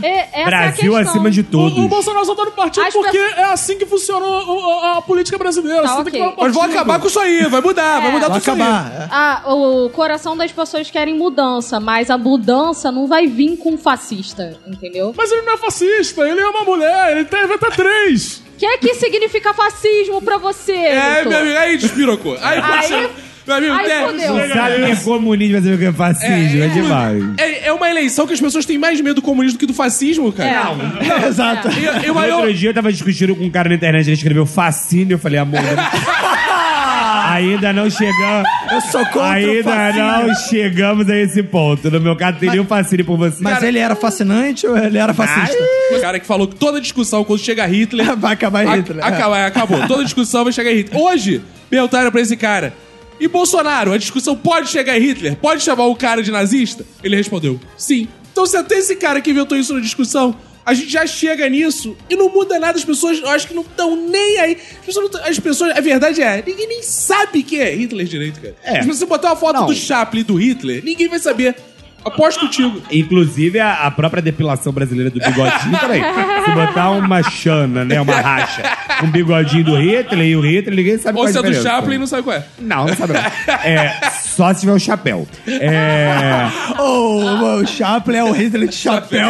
S3: E- essa
S4: Brasil
S3: é a questão.
S4: acima de todos.
S5: O, o Bolsonaro só tá no partido
S3: As
S5: porque é assim que funciona o- a, a política brasileira.
S3: Tá,
S5: Você
S3: ok.
S5: tem que ter um
S1: Mas vão
S5: partido.
S1: acabar com isso aí, vai mudar, vai mudar
S2: É.
S1: tudo
S2: Vai
S1: isso aí.
S2: acabar.
S3: Ah, o coração das pessoas querem mudança, mas a mudança não vai vir com fascista, entendeu?
S5: Mas ele não é fascista, ele é uma mulher, ele tem até três.
S3: O que é que significa fascismo pra você?
S1: É,
S3: Heitor?
S1: meu amigo, aí despirocou. Aí,
S3: Aí-
S1: meu amigo,
S3: aí
S1: é-
S3: fodeu.
S4: Não sabe o que é comunismo, mas sabe o que é fascismo. É, demais.
S1: É, é uma eleição que as pessoas têm mais medo do comunismo do que do fascismo, cara.
S2: É, Exato.
S1: E, e o maior-
S4: Outro dia eu tava discutindo com um cara na internet, ele escreveu fascínio, eu falei, amor... não- Ainda não chegamos.
S2: Eu sou contra o
S4: Ainda
S2: fascínio.
S4: não chegamos a esse ponto. No meu caso, teria um fascínio por você.
S2: Mas ele era fascinante ou ele era fascista?
S1: o cara que falou que toda discussão, quando chega Hitler...
S2: Vai acabar
S1: a-
S2: Hitler.
S1: acaba-
S4: É.
S1: acabou. Toda discussão vai chegar em Hitler. Hoje, perguntaram pra esse cara... E Bolsonaro, a discussão pode chegar em Hitler? Pode chamar o cara de nazista? Ele respondeu, sim. Então se até esse cara que inventou isso na discussão... A gente já chega nisso e não muda nada. As pessoas, eu acho que não estão nem aí. As pessoas, não tão- as pessoas- a verdade é, ninguém nem sabe quem é Hitler direito, cara.
S4: É.
S1: Se você botar uma foto
S4: Não.
S1: do Chaplin e do Hitler, ninguém vai saber. Aposto contigo.
S4: Inclusive, a, a própria depilação brasileira do bigodinho, peraí. Se botar uma chana, né? Uma racha, com um bigodinho do Hitler e o Hitler, ninguém sabe
S1: Ou
S4: qual é a
S1: se é do
S4: diferença.
S1: Chaplin, não sabe qual é.
S4: Não, não sabe não. É, só se tiver o chapéu. É...
S2: Ou o Chaplin é o Hitler de chapéu.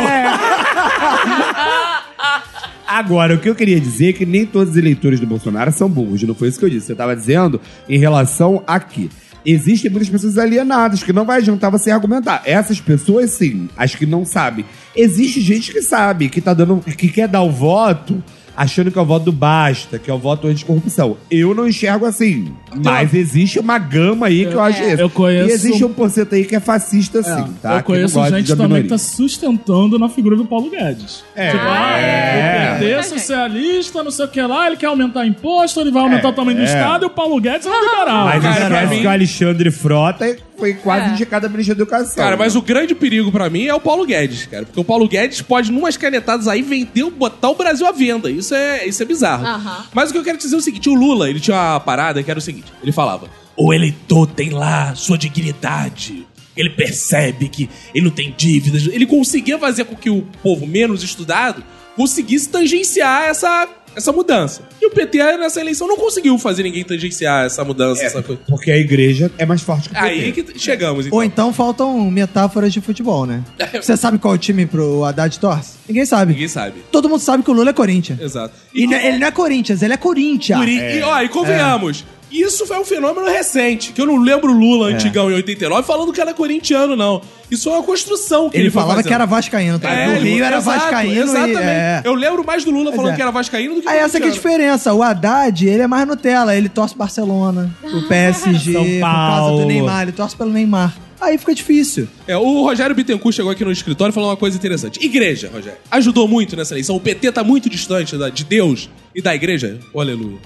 S4: Agora, o que eu queria dizer é que nem todos os eleitores do Bolsonaro são burros. Não foi isso que eu disse. Eu tava dizendo em relação a que Existem muitas pessoas alienadas que não vai adiantar você argumentar. Essas pessoas, sim, as que não sabem. Existe gente que sabe, que tá dando. que quer dar o voto achando que é o voto do basta, que é o voto anticorrupção. Eu não enxergo assim. Mas existe uma gama aí que eu acho isso.
S5: Então, eu conheço-
S4: E existe um por cento aí que é fascista, sim, tá?
S5: Eu
S4: Que não
S5: conheço
S4: gosta
S5: gente
S4: da
S5: também que
S4: minoria.
S5: tá sustentando na figura do Paulo Guedes.
S4: É.
S5: Ah,
S4: É.
S5: O PT é socialista, não sei o que lá, ele quer aumentar imposto, ele vai aumentar
S4: É,
S5: o tamanho do
S4: é.
S5: Estado e o Paulo Guedes é um liberal.
S4: Mas
S1: Cara,
S4: cara,
S1: pra
S4: parece
S1: mim-
S4: que o Alexandre Frota foi quase
S3: É.
S4: indicado a ministra da Educação.
S1: Cara, mas
S4: né?
S1: o grande perigo pra mim é o Paulo Guedes, cara. Porque o Paulo Guedes pode, numas canetadas aí, vender, botar o Brasil à venda. Isso é, isso é bizarro.
S3: Aham.
S1: Mas o que eu quero te dizer é o seguinte: o Lula, ele tinha uma parada que era o seguinte: ele falava, o eleitor tem lá sua dignidade. Ele percebe que ele não tem dívidas. Ele conseguia fazer com que o povo menos estudado conseguisse tangenciar essa, essa mudança. E o PT, nessa eleição, não conseguiu fazer ninguém tangenciar essa mudança, essa coisa.
S4: Porque a igreja é mais forte que o PT.
S1: Aí que chegamos, então.
S2: É, Ou então faltam metáforas de futebol, né? Você sabe qual time pro Haddad torce? Ninguém sabe.
S1: Ninguém sabe.
S2: Todo mundo sabe que o Lula é Corinthians.
S1: Exato.
S2: E não- ele não é Corinthians, ele é Corinthians.
S1: Curi- E, ó, e convenhamos, isso foi um fenômeno recente, que eu não lembro o
S2: É.
S1: Lula antigão em 89 falando que era corintiano, não. Isso é uma construção que ele,
S2: Ele
S1: foi
S2: falava
S1: fazendo.
S2: que era vascaíno, tá?
S1: É,
S2: no
S1: ele-
S2: Rio era
S1: exato,
S2: vascaíno e-
S1: Exatamente.
S2: é.
S1: Eu lembro mais do Lula falando
S2: é.
S1: que era vascaíno do que
S2: Aí essa que é a
S1: corintiano.
S2: diferença. O Haddad, ele é mais Nutella. Ele torce Barcelona, o PSG,
S6: São
S2: por causa
S6: Paulo.
S2: do Neymar. Ele torce pelo Neymar. Aí fica difícil.
S1: É, o Rogério Bittencourt chegou aqui no escritório e falou uma coisa interessante. Igreja, Rogério, ajudou muito nessa eleição. O PT tá muito distante da- de Deus e da igreja. Oh, aleluia.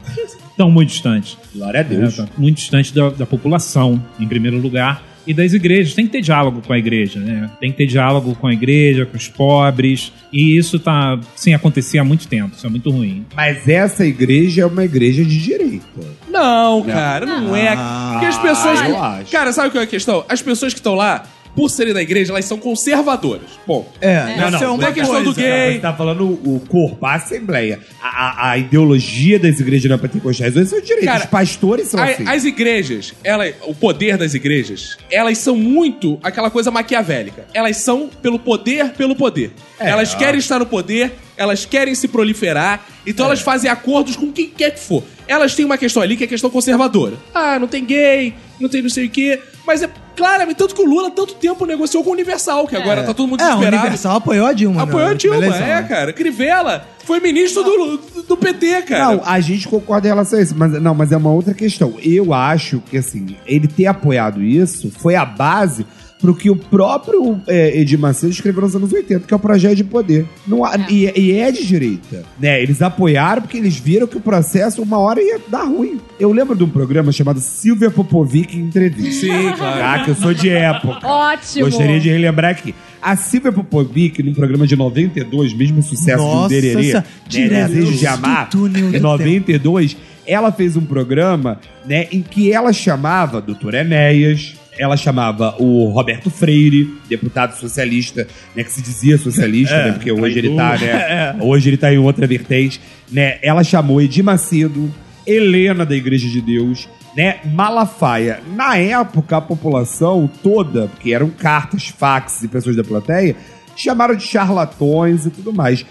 S6: Estão muito distantes.
S4: Glória a Deus.
S6: É, tá muito distante da, da população, em primeiro lugar, e das igrejas. Tem que ter diálogo com a igreja, né? Tem que ter diálogo com a igreja, com os pobres. E isso tá sem acontecer há muito tempo. Isso é muito ruim.
S4: Mas essa igreja é uma igreja de direita.
S1: Não, cara, não, é.
S2: Ah,
S1: Porque as pessoas.
S4: Ah, eu acho.
S1: Cara, sabe qual é a questão? As pessoas que estão lá, por serem da igreja, elas são conservadoras. Bom,
S2: É,
S6: Não, não,
S2: isso é uma
S1: não é questão
S2: coisa.
S1: do gay.
S4: Você tá falando o corpo, a assembleia. A, a- a ideologia das igrejas é na pentecostais hoje são direitos.
S1: Cara,
S4: Os pastores são
S1: a-
S4: assim.
S1: as igrejas, ela, o poder das igrejas, elas são muito aquela coisa maquiavélica. Elas são pelo poder, pelo poder.
S4: É,
S1: elas
S4: ó.
S1: querem estar no poder, elas querem se proliferar, então elas fazem acordos com quem quer que for. Elas têm uma questão ali que é questão conservadora. Ah, não tem gay, não tem não sei o quê. Mas é claramente, tanto que o Lula tanto tempo negociou com o Universal, que agora tá todo mundo
S2: É, o
S1: desesperado.
S2: Universal apoiou a Dilma.
S1: Apoiou
S2: na
S1: a Dilma,
S2: eleição,
S1: é,
S2: né?
S1: cara. Crivella foi ministro do, do PT, cara.
S4: Não, a gente concorda em relação a isso, mas não, mas é uma outra questão. Eu acho que assim, ele ter apoiado isso foi a base pro que o próprio é, Edir Macedo escreveu nos anos 80, que é o projeto de poder. Não há-
S3: É.
S4: E, e é de direita. Né? Eles apoiaram porque eles viram que o processo uma hora ia dar ruim. Eu lembro de um programa chamado Silvia Popovic Entrevista.
S1: Sim, claro.
S4: Tá, que eu sou de época.
S3: Ótimo.
S4: Gostaria de relembrar aqui. A Silvia Popovic, num programa de 92, mesmo sucesso de um
S2: Nossa,
S4: Dererê,
S2: essa-
S4: né, Desejo de Amar,
S2: do túnel do
S4: em 92, ela fez um programa né, em que ela chamava Doutor Enéas, ela chamava o Roberto Freire, deputado socialista, né, que se dizia socialista, né, porque hoje ele tá, né, hoje ele tá em outra vertente, né, ela chamou Edir Macedo, Helena da Igreja de Deus, né, Malafaia. Na época, a população toda, porque eram cartas, fax e pessoas da plateia, chamaram de charlatões e tudo mais.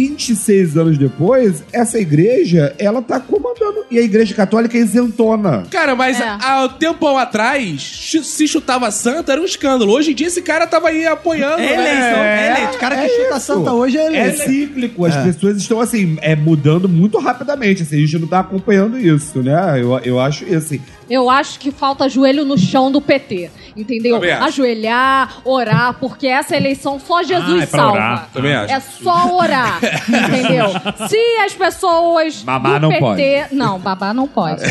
S4: 26 anos depois, essa igreja, ela tá comandando. E a igreja católica é isentona.
S1: Cara, mas
S3: É.
S1: há um tempão atrás, chu- se chutava santo, era um escândalo. Hoje em dia, esse cara tava aí apoiando.
S2: É
S1: né?
S2: eleição, é, eleito. O cara que
S4: é
S2: chuta
S4: isso.
S2: santa hoje é
S4: É
S2: eleito.
S4: cíclico, as
S2: É.
S4: pessoas estão assim, é mudando muito rapidamente. Assim, a gente não tá acompanhando isso, né? Eu, eu acho isso. Assim.
S3: Eu acho que falta joelho no chão do PT. Entendeu?
S1: Também acho.
S3: Ajoelhar, orar, porque essa eleição só Jesus
S6: Ah, é pra
S3: salva.
S6: orar.
S1: Também acho.
S3: É só orar, entendeu? Se as pessoas
S4: Babar não
S3: do PT...
S4: pode.
S3: Não, babá não pode.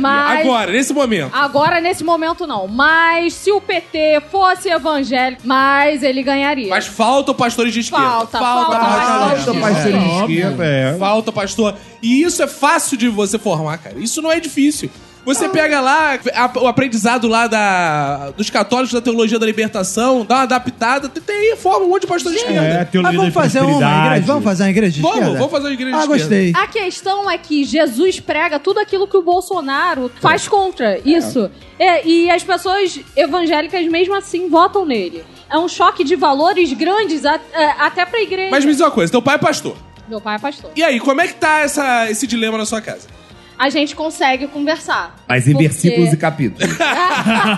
S3: Mas
S1: Agora, nesse momento.
S3: Agora, nesse momento, não. Mas se o PT fosse evangélico, mas ele ganharia.
S1: Mas falta pastores de esquerda.
S3: Falta, falta um.
S1: pastores de
S3: pastores de
S1: esquerda.
S4: pastor de
S5: Óbvio.
S4: esquerda, é.
S1: Falta pastor. E isso é fácil de você formar, cara. Isso não é difícil. Você pega lá a- o aprendizado lá da, dos católicos da teologia da libertação, dá uma adaptada, tem aí, forma um monte de pastor de esquerda.
S4: É,
S2: Ah,
S4: teologia
S2: vamos
S4: da
S2: fazer uma igreja?
S4: prosperidade.
S2: Vamos fazer uma igreja de
S1: Vamos,
S2: esquerda?
S1: vamos fazer uma igreja de
S2: Ah,
S1: esquerda.
S2: gostei.
S3: A questão é que Jesus prega tudo aquilo que o Bolsonaro faz contra isso. É, e as pessoas evangélicas, mesmo assim, votam nele. É um choque de valores grandes a- é, até pra igreja.
S1: Mas me diz uma coisa, teu pai é pastor.
S3: Meu pai é pastor.
S1: E aí, como é que tá essa- esse dilema na sua casa?
S3: A gente consegue conversar.
S4: Mas em
S3: Porque-
S4: versículos e capítulos.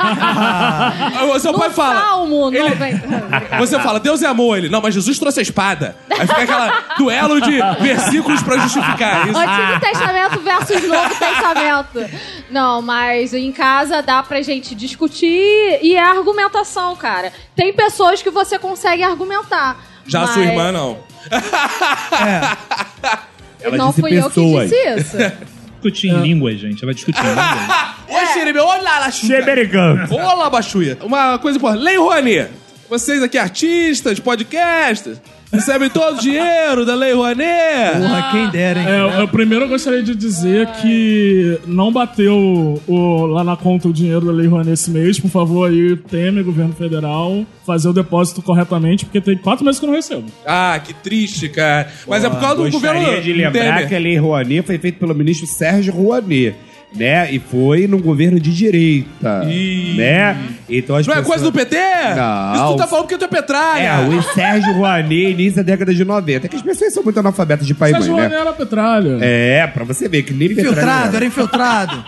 S1: Ah, o seu
S3: No
S1: pai fala.
S3: Salmo
S1: Ele-
S3: 90.
S1: Você fala, Deus é amor, ele. Não, mas Jesus trouxe a espada. Aí fica aquela duelo de versículos pra justificar isso.
S3: Antigo Testamento versus Novo Testamento. Não, mas em casa dá pra gente discutir e é argumentação, cara. Tem pessoas que você consegue argumentar.
S1: Já a
S3: mas...
S1: sua irmã, não.
S4: Ela
S3: não
S4: disse
S3: fui eu
S4: pessoas.
S3: que disse isso.
S6: discutir línguas, gente. Ela discutir línguas.
S1: Oi, Xeribe. Olá, Lachuca.
S4: Xebericano.
S1: Olá, Bachuia. Uma coisa importante. Lei Rouanet. Vocês aqui, artistas, podcasters, recebem todo o dinheiro da Lei Rouanet.
S2: Porra, quem dera, hein?
S5: É, eu, primeiro eu gostaria de dizer que não bateu o- lá na conta o dinheiro da Lei Rouanet esse mês. Por favor, aí, Temer, governo federal, fazer o depósito corretamente, porque tem quatro meses que eu não recebo.
S1: Ah, que triste, cara. Mas é por causa do governo
S4: Gostaria de lembrar
S1: Temer.
S4: que a Lei Rouanet foi feita pelo ministro Sérgio Rouanet, né? E foi num governo de direita,
S1: Ih.
S4: né? Então as
S1: Não é
S4: pessoas...
S1: coisa do PT?
S4: Não.
S1: Isso tu tá falando porque tu é petralha.
S4: É, o Sérgio Rouanet, início da década de 90. É que as pessoas são muito analfabetas de pai e mãe,
S5: Sérgio Rouanet
S4: né?
S5: era petralha.
S4: É, pra você ver que nem
S2: Infiltrado,
S4: petralho
S2: era infiltrado.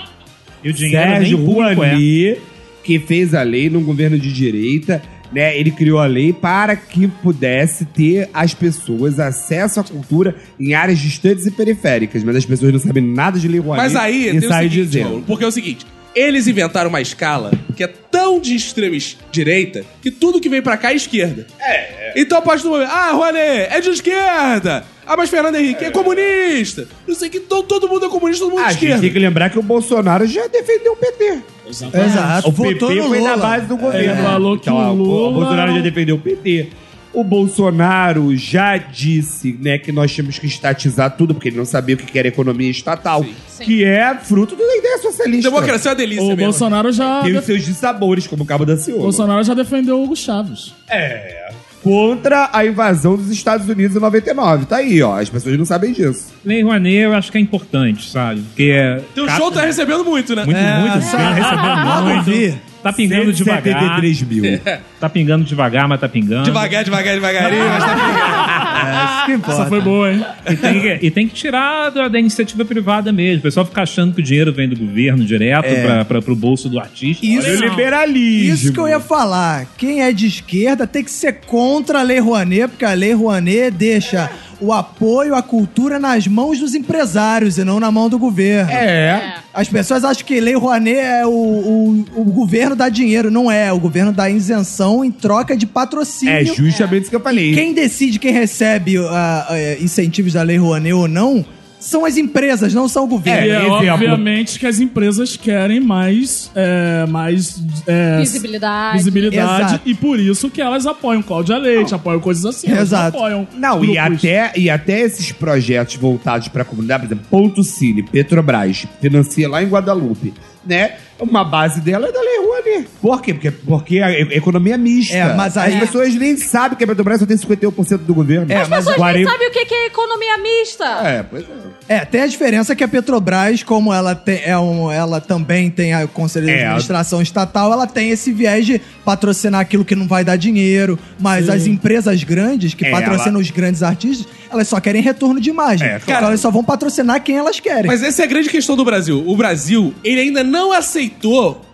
S6: E o dinheiro
S4: Sérgio
S6: nem público é.
S4: Rouanet, que fez a lei num governo de direita, né? Ele criou a lei para que pudesse ter as pessoas acesso à cultura em áreas distantes e periféricas. Mas as pessoas não sabem nada de lei Rouanet
S1: Mas aí tem
S4: e
S1: o
S4: saem
S1: seguinte,
S4: dizendo.
S1: Paulo, porque é o seguinte. Eles inventaram uma escala que é tão de extrema es- direita que tudo que vem pra cá é esquerda. É. Então a partir do momento, ah, Rouanet, é de esquerda. Ah, mas Fernando Henrique é, comunista. Não sei o que, então todo mundo é comunista, todo mundo é
S4: A
S1: de esquerda.
S4: gente tem que lembrar que o Bolsonaro já defendeu o PT.
S2: Exato.
S4: O
S2: Votou
S4: PP
S2: no
S4: foi na
S2: Lula.
S4: base do governo.
S5: Ele falou que o Lula-
S4: O Bolsonaro já defendeu o PT. O Bolsonaro já disse né, que nós temos que estatizar tudo, porque ele não sabia o que era economia estatal,
S3: Sim.
S4: que é fruto da ideia socialista.
S1: Democracia é uma delícia
S5: O
S1: mesmo.
S5: Bolsonaro já,
S4: Tem
S5: def-
S4: os seus dissabores, como o Cabo da Ciúma.
S5: Bolsonaro já defendeu Hugo Chaves.
S4: É. Contra a invasão dos Estados Unidos em 99. Tá aí, ó. As pessoas não sabem disso.
S6: Lei Rouanet eu acho que é importante, sabe? Porque é...
S1: Teu show tá recebendo muito, né?
S6: Muito,
S4: É,
S6: muito. bem,
S4: Ah,
S2: Logo
S6: recebendo muito.
S2: vi.
S6: Tá pingando devagar.
S4: 173 mil.
S6: Tá pingando devagar, mas tá pingando.
S1: Devagar, devagar, devagarinho. mas tá-
S2: Isso que
S5: Essa
S2: importa.
S5: foi boa, hein?
S6: E tem que, e tem que tirar da, da iniciativa privada mesmo. O pessoal fica achando que o dinheiro vem do governo direto pra, pra, pro bolso do artista.
S2: Isso.
S6: Olha,
S4: Liberalismo.
S2: Isso que eu ia falar. Quem é de esquerda tem que ser contra a Lei Rouanet, porque a Lei Rouanet deixa o apoio à cultura nas mãos dos empresários e não na mão do governo.
S4: É.
S2: As pessoas acham que Lei Rouanet é o, o, o governo dá dinheiro. Não é. O governo dá isenção em troca de patrocínio.
S4: É justamente isso que eu falei.
S2: Quem decide quem recebe ah, eh, incentivos da Lei Rouanet ou não são as empresas, não são o governo.
S5: e é
S4: exemplo.
S5: obviamente que as empresas querem mais, é, mais é,
S3: Visibilidade.
S5: visibilidade,
S2: Exato.
S5: e por isso que elas apoiam Cláudia Leite, apoiam coisas assim. elas
S2: Exato.
S5: Apoiam
S4: Não, e
S5: grupos.
S4: até, e até esses projetos voltados para a comunidade, por exemplo, Ponto Cine, Petrobras, financia lá em Guadalupe, né? Uma base dela é da Lei Rouanet. Por quê? Porque, porque a e- economia é mista.
S2: É, mas aí-
S4: As pessoas nem sabem que a Petrobras só tem 51% do governo. É,
S3: As pessoas nem sabem o que que é economia mista.
S4: É, pois é.
S2: É, tem a diferença que a Petrobras, como ela, tem, é um, ela também tem a Conselho de
S4: É.
S2: Administração Estatal, ela tem esse viés de patrocinar aquilo que não vai dar dinheiro. Mas as empresas grandes, que
S4: É,
S2: patrocinam
S4: ela-
S2: os grandes artistas, elas só querem retorno de imagem.
S4: É, claro.
S2: Então elas só vão patrocinar quem elas querem.
S1: Mas essa é a grande questão do Brasil. O Brasil, ele ainda não aceitou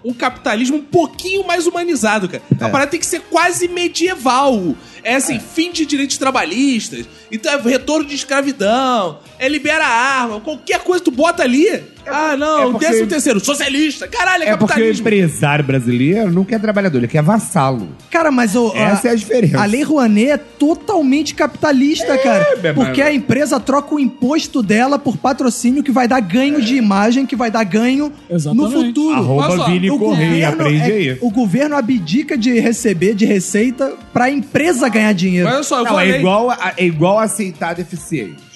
S1: um capitalismo um pouquinho mais humanizado, cara. A
S4: É.
S1: parada tem que ser quase medieval. É assim, fim de direitos trabalhistas, então é retorno de escravidão, é libera a arma, qualquer coisa tu bota ali. ah, não,
S4: é porque-
S1: décimo terceiro, socialista, caralho, é,
S4: É porque o
S1: capitalismo.
S4: empresário brasileiro não quer trabalhador, ele quer vassalo.
S2: Cara, mas o,
S4: Essa é a diferença.
S2: A Lei Rouanet é totalmente
S4: É,
S2: capitalista, cara.
S4: bem, mas-
S2: Porque a empresa troca o imposto dela por patrocínio que vai dar ganho de imagem, que vai dar ganho
S5: Exatamente.
S2: no futuro.
S1: Olha
S4: Arroba
S1: só,
S4: Vini
S2: O
S4: Correia,
S2: governo
S4: aprende
S2: é-
S4: aí.
S2: O governo abdica de receber, de receita, pra empresa ganhar dinheiro.
S1: Mas olha só, eu
S4: Não,
S1: falei...
S4: é igual, a- é igual aceitar deficientes.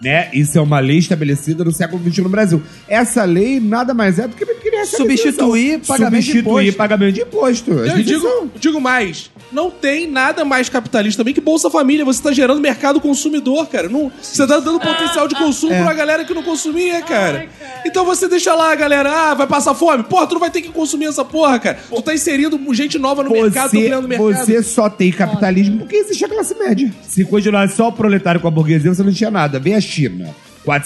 S4: Né? Isso é uma lei estabelecida no século XXI no Brasil. Essa lei nada mais é do que pequena
S2: Substituir
S4: restituição.
S2: pagamento de
S4: Substituir
S2: imposto.
S4: pagamento de imposto. As
S1: Eu
S4: pessoas
S1: digo,
S4: são-
S1: digo um- mais, não tem nada mais capitalista também que Bolsa Família. Você tá gerando mercado consumidor, cara. Não, você tá dando potencial de consumo
S4: ah, é.
S1: pra galera que não consumia, cara. Então você deixa lá a galera, ah, vai passar fome? Porra, tu não vai ter que consumir essa porra, cara. Tu tá inserindo gente nova no mercado,
S4: Você,
S1: criando mercado.
S4: você só tem capitalismo porque existe a classe média. Se continuasse só o proletário com a burguesia, você não tinha nada. Vem a China.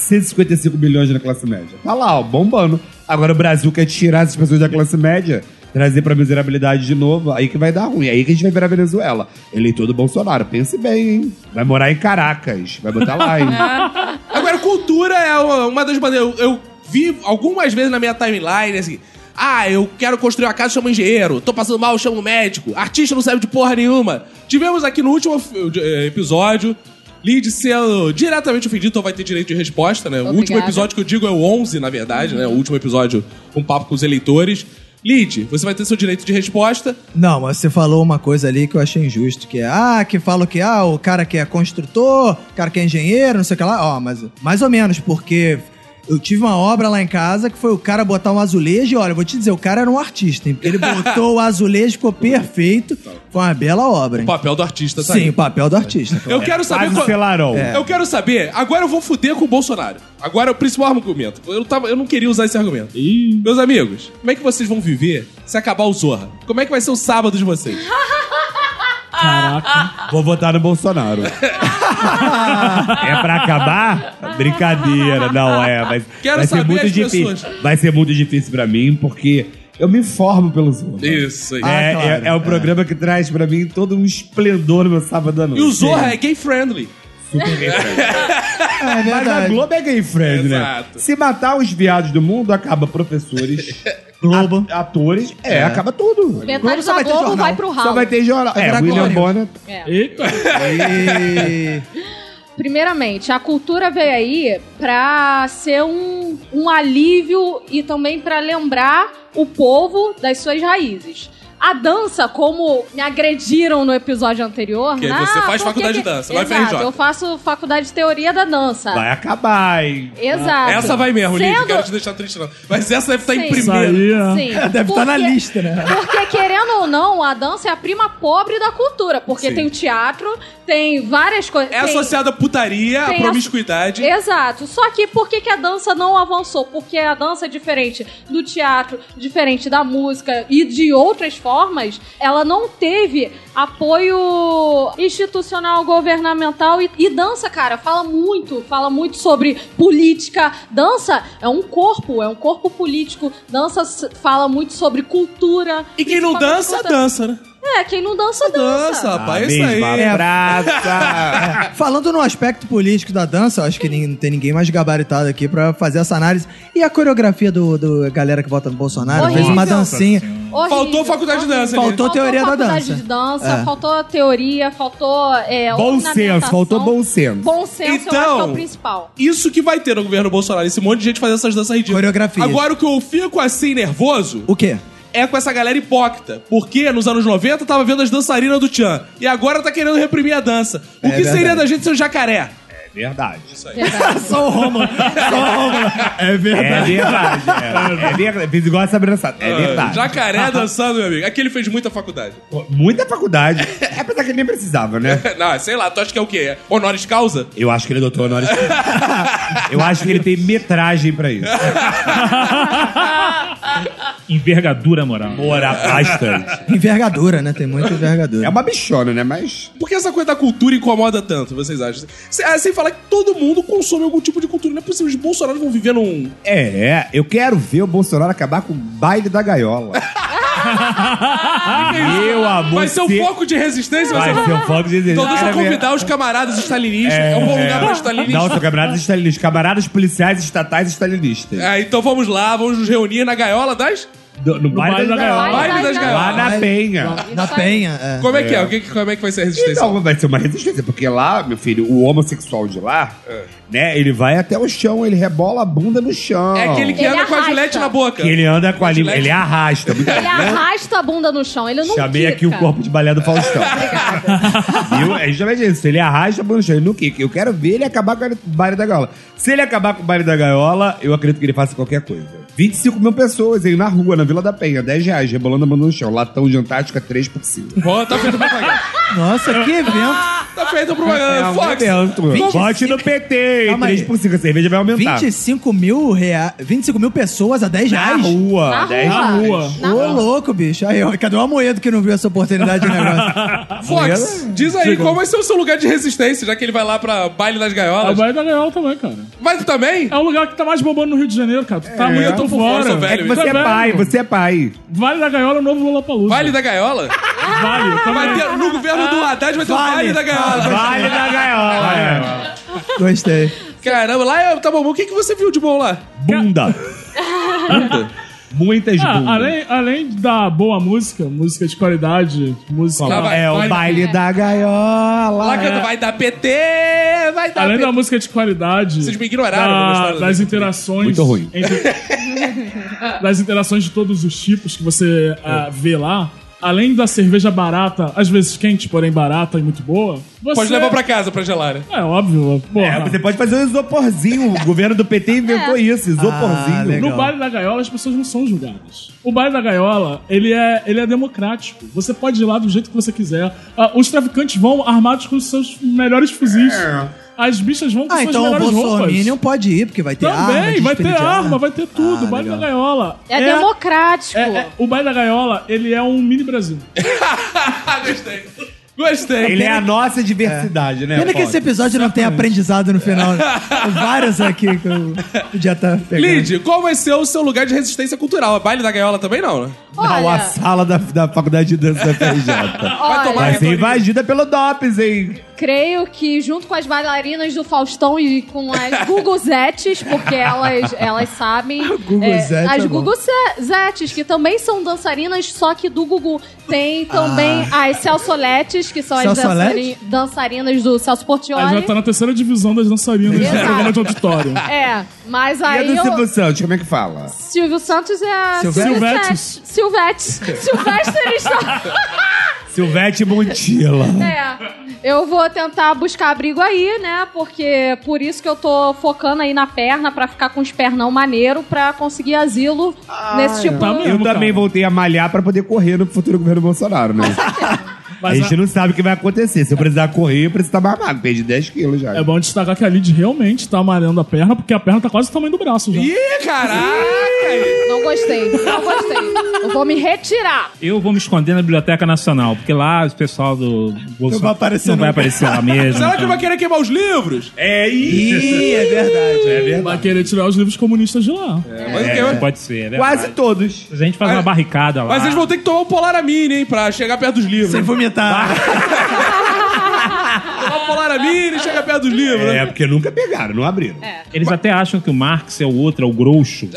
S4: 455 milhões na classe média. Tá lá, ó, bombando. Agora o Brasil quer tirar essas pessoas da classe média, trazer pra miserabilidade de novo. Aí que vai dar ruim. Aí que a gente vai virar Venezuela. Eleitor do Bolsonaro. Pense bem, hein? Vai morar em Caracas. Vai botar lá, hein?
S1: Ah, Agora, cultura é uma uma das bandeiras. Eu, eu vi algumas vezes na minha timeline, assim. Ah, eu quero construir uma casa, chama engenheiro. Tô passando mal, chama o médico. Artista não serve de porra nenhuma. Tivemos aqui no último eh, episódio Lindy sendo diretamente ofendido, então vai ter direito de resposta, né? O
S3: Obrigada.
S1: último episódio que eu digo é o 11, na verdade, né? O último episódio, um papo com os eleitores. Lid, você vai ter seu direito de resposta.
S2: Não, mas você falou uma coisa ali que eu achei injusto, que é, ah, que falam que, ah, o cara que é construtor, o cara que é engenheiro, não sei o que lá. Ó, mas mais ou menos, porque eu tive uma obra lá em casa que foi o cara botar um azulejo e, olha, eu vou te dizer, o cara era um artista, hein? Porque ele botou o azulejo, ficou perfeito, foi uma bela obra,
S1: O
S2: hein?
S1: papel do artista tá
S2: Sim,
S1: aí.
S2: o papel do artista. claro.
S1: Eu quero saber.
S4: Quase
S1: qual-
S4: selaram.
S1: Eu quero saber. Agora eu vou fuder com o Bolsonaro. Agora é o principal argumento. Eu, tava, eu não queria usar esse argumento.
S5: Ih,
S1: Meus amigos, como é que vocês vão viver se acabar o Zorra? Como é que vai ser o sábado de vocês?
S5: caraca.
S4: Vou votar no Bolsonaro. é pra acabar? Brincadeira, não é. Mas
S1: Quero
S4: vai ser
S1: saber
S4: muito
S1: as
S4: difícil.
S1: pessoas.
S4: Vai ser muito difícil pra mim, porque eu me informo pelo Zorro.
S1: Isso aí.
S4: é,
S2: Ah, claro.
S4: é, é o programa que traz pra mim todo um esplendor no meu sábado à noite.
S1: E o Zorra é gay friendly.
S4: Super gay friend.
S2: É
S4: Mas a Globo é gay friend, né?
S1: Exato.
S4: Se matar os viados do mundo, acaba professores,
S2: Globo.
S4: atores, é,
S2: É.
S4: acaba tudo.
S3: Metade
S2: só
S3: da
S2: vai ter
S3: Globo
S2: jornal.
S3: vai um pro
S4: Só
S3: ralo.
S4: vai ter jornal.
S2: É
S4: É, William
S2: Dragônio.
S4: Bonner.
S3: É.
S5: Eita,
S2: E-
S3: Primeiramente, a cultura veio aí pra ser um, um alívio e também pra lembrar o povo das suas raízes. A dança, como me agrediram no episódio anterior.
S1: Porque
S3: ah,
S1: você faz
S3: por que
S1: faculdade
S3: que-
S1: de dança, vai
S3: Exato,
S1: FRJ.
S3: eu faço faculdade de teoria da dança.
S4: Vai acabar, hein?
S3: Exato.
S1: Essa vai mesmo, Lid. Não
S3: Ah, Sendo...
S1: quero te deixar triste, não. Mas essa deve estar em
S3: Sim.
S5: isso
S1: primeiro.
S5: aí é.
S3: Sim.
S2: Deve estar na
S3: Porque-
S2: lista, né?
S3: Porque, querendo ou não, a dança é a prima pobre da cultura. Porque
S1: Sim.
S3: tem o teatro, tem várias coisas.
S1: É associada à putaria, à
S3: Tem
S1: promiscuidade.
S3: Exato. Só que por que, que a dança não avançou? Porque a dança é diferente do teatro, diferente da música e de outras formas, ela não teve apoio institucional, governamental e, e dança, cara, fala muito, fala muito sobre política. Dança é um corpo, é um corpo político. Dança s- fala muito sobre cultura.
S1: E quem não
S3: principalmente
S1: dança,
S3: cultura.
S1: dança, né?
S3: É, quem não dança,
S1: Dança,
S3: dança.
S1: rapaz.
S4: Na
S1: é isso aí.
S4: mesma
S1: É.
S4: praça.
S2: Falando no aspecto político da dança, eu acho que nin- não tem ninguém mais gabaritado aqui pra fazer essa análise. E a coreografia do, do galera que vota no Bolsonaro
S3: Horrível.
S2: fez uma dancinha.
S3: Horrível,
S1: Faltou faculdade de dança,
S2: Faltou teoria da
S3: faculdade
S2: dança.
S3: de dança,
S2: É.
S3: faltou teoria, faltou. É,
S4: Bom senso,
S3: ornamentação.
S4: faltou bom senso.
S3: Bom senso eu acho que é
S1: Então-
S3: o principal.
S1: Isso que vai ter no governo Bolsonaro, esse monte de gente fazendo essas danças ridículas.
S2: Coreografia.
S1: Agora, o que eu fico assim nervoso
S2: O quê?
S1: é com essa galera hipócrita. Porque nos anos 90 tava vendo as dançarinas do Tchan. E agora tá querendo reprimir a dança. O
S2: É
S1: que seria
S2: verdade.
S1: da gente ser um jacaré?
S4: É verdade.
S3: Verdade.
S2: Só o Romulo.
S4: É verdade. É verdade. É, verdade. Fiz igual a Sabrina Sato. É verdade.
S1: Ah, Jacaré dançando, meu amigo. Aquele fez muita faculdade.
S4: Pô, Muita faculdade. É apesar que ele nem precisava, né?
S1: Não, sei lá, tu acha que é o quê? Honoris causa?
S4: Eu acho que ele é doutor honoris causa. Eu acho que ele tem metragem pra isso.
S6: Envergadura moral.
S4: Morar bastante.
S2: Envergadura, né? Tem muita
S4: É
S2: envergadura.
S4: uma bichona, né? Mas...
S1: Por que essa coisa da cultura incomoda tanto, vocês acham? Se- ah, Sem falar que todo mundo consome algum tipo de cultura. Não é possível. Os bolsonaros vão viver num.
S4: É, é. Eu quero ver o Bolsonaro acabar com o baile da gaiola. Ah, Meu amor.
S1: Vai ser um
S4: se-
S1: foco de resistência, vai
S4: Vai
S1: ser.
S4: ser um foco de
S1: Então deixa eu
S4: Quero ver-
S1: convidar os camaradas estalinistas. É, um bom lugar pra estalinistas.
S4: Não, são camaradas estalinistas. Camaradas policiais estatais estalinistas.
S1: É, então vamos lá, vamos nos reunir na gaiola das.
S4: Do- no, baile,
S5: baile
S4: da
S5: da
S4: gaiola.
S1: Baile das
S4: Lá
S1: gaiolas.
S4: na Penha.
S2: Na penha, é.
S1: Como é que é? O que, como é que vai ser a resistência?
S4: Então vai ser uma resistência, porque lá, meu filho, o homossexual de lá,
S1: É.
S4: né, ele vai até o chão, ele rebola a bunda no chão.
S1: é aquele que
S3: Ele
S1: anda com a
S3: arrasta.
S1: gilete na boca.
S4: Que ele anda com a língua,
S1: Gilete.
S4: ele arrasta. muito
S3: Ele
S4: bem, né?
S3: arrasta a bunda no chão, ele não
S4: Chamei
S3: quica.
S4: aqui o corpo de balé do Faustão. Viu? É justamente isso. Ele arrasta a bunda no chão, ele não quica. Eu quero ver ele acabar com o baile da gaiola. Se ele acabar com o baile da gaiola, eu acredito que ele faça qualquer coisa. 25 mil pessoas aí na rua, na Vila da Penha, 10 reais, rebolando a bunda no chão. Latão de Antártica, 3 por 5.
S1: Ó, tá feito propaganda.
S2: Nossa, que evento.
S1: Tá feito
S4: É,
S1: propaganda. Fox.
S4: Vote no PT,
S2: Calma aí.
S4: 3 por 5. A cerveja vai aumentar.
S2: 25 mil reais. 25 mil pessoas a 10
S4: Na
S2: reais?
S4: rua.
S3: Na
S4: dez
S3: rua.
S5: Na
S4: reais.
S5: rua.
S2: Ô, louco, bicho. Aí, ó, cadê o Amoedo que não viu essa oportunidade de negócio?
S1: Fox, diz aí qual vai ser o seu lugar de resistência, já que ele vai lá pra baile das
S5: A
S1: gaiolas.
S5: Bahia da Gaiola É também, cara.
S1: Mas também?
S5: É o lugar que tá mais bombando no Rio de Janeiro, cara. Tu tá
S1: eu tô
S5: muito
S1: por fora, sou
S5: fora.
S1: velho.
S4: É que você é
S5: Tá
S4: pai,
S5: vendo?
S4: você é pai.
S5: Vale da Gaiola é o novo Lollapalooza.
S1: Baile da gaiola?
S5: Vale. eu também.
S1: Vai ter, no governo do Haddad vai ter o baile da gaiola.
S4: Vale da gaiola.
S2: Gostei.
S1: Caramba, lá é, tá bom. O que, que você viu de bom lá?
S4: Bunda. Bunda? Muitas
S5: Ah,
S4: bundas.
S5: além, além da boa música, música de qualidade, música...
S1: Lá vai-
S4: É o baile da gaiola.
S1: Lá canta, vai dar PT, vai dar.
S5: Além
S1: pe-
S5: da música de qualidade.
S1: Tá, Vocês me ignoraram, eu
S5: da-
S1: gostava
S5: das
S1: da-
S5: interações.
S6: Muito ruim.
S5: entre- das interações de todos os tipos que você
S2: É.
S5: ah, vê lá. Além da cerveja barata, às vezes quente, porém barata e muito boa. Você...
S1: Pode levar pra casa pra gelar, né?
S5: É óbvio, porra.
S4: É, você pode fazer um isoporzinho. O governo do PT
S3: É.
S4: inventou isso,
S2: Ah,
S4: isoporzinho.
S2: legal.
S5: No baile da gaiola, as pessoas não são julgadas. O baile da gaiola, ele é, ele é democrático. Você pode ir lá do jeito que você quiser. Ah, os traficantes vão armados com os seus melhores fuzis.
S1: É.
S5: As bichas vão com
S2: Ah,
S5: suas
S2: então o
S5: melhores roupas.
S2: Bolsonaro pode ir, porque vai ter arma.
S5: Também, vai ter
S2: desperdiçar.
S5: arma, vai ter tudo.
S2: Ah,
S5: o baile
S2: legal.
S5: da gaiola.
S3: É, democrático.
S5: é- é- o baile da gaiola, ele é um mini Brasil.
S1: Gostei. Gostei.
S4: Ele é a nossa diversidade,
S1: É
S4: né?
S2: Pena que
S4: Paulo?
S2: esse episódio não tem aprendizado no final. né? Tem Várias aqui que eu podia estar tá pegando.
S1: Lid, qual vai ser o seu lugar de resistência cultural? A baile da gaiola também não, né?
S4: Não, a
S3: Olha,
S4: sala da, da faculdade de dança da FRJ.
S1: Vai
S3: olha,
S1: tomar-
S4: Vai ser invadida pelo DOPS, hein?
S3: creio que junto com as bailarinas do Faustão e com as guguzetes, porque elas, elas sabem.
S2: Guguzete é
S3: as
S2: bom.
S3: guguzetes, que também são dançarinas, só que do Gugu. Tem
S4: Ah.
S3: também as Celsoletes, que são as
S2: Celsolete?
S3: dançari- dançarinas do Celso
S5: A gente
S3: Portioli.
S5: tá na terceira divisão das dançarinas do
S3: Exato.
S5: programa de auditório.
S3: É, mas
S4: E a
S3: aí.
S4: do
S3: eu-
S4: Silvio Santos, como é que fala?
S3: Silvio Santos é a
S2: Silvete?
S3: Silvete. Silvete. Silvestre ele está.
S4: Silvete Montila.
S3: É. Eu vou tentar buscar abrigo aí, né? Porque por isso que eu tô focando aí na perna pra ficar com os pernão maneiro pra conseguir asilo nesse tipo.
S5: Tá mesmo,
S4: Eu também
S5: cara.
S4: voltei a malhar pra poder correr no futuro governo Bolsonaro, né? a
S5: Mas é,
S4: gente
S5: a-
S4: não sabe o que vai acontecer. Se eu precisar correr, eu preciso estar mamado. Perdi 10 quilos já.
S5: É bom destacar que a Lid realmente tá amarelando a perna, porque a perna tá quase do tamanho do braço já.
S1: Ih, caraca!
S3: Não gostei, não gostei. Eu vou me retirar.
S6: Eu vou me esconder na Biblioteca Nacional, porque lá o pessoal do Bolsonaro não
S2: vai aparecer
S6: não vai
S2: nunca.
S6: aparecer lá mesmo.
S1: Será que
S6: então.
S1: vai querer queimar os livros?
S4: É
S2: Ih, é verdade.
S4: É
S5: Vai
S4: verdade.
S5: querer tirar os livros comunistas de lá.
S1: Mas, o quê?
S6: É, pode ser, né?
S4: Quase todos.
S6: A gente faz
S1: Mas-
S6: uma barricada lá.
S1: Mas eles vão ter que tomar o Polaramine, hein? Pra chegar perto dos livros.
S2: Sem vomitar.
S1: Tomar o Polaramine e chegar perto dos livros, né?
S4: É, porque nunca pegaram, não
S3: É.
S4: abriram.
S6: Eles até acham que o Marx é o outro, é o grosso.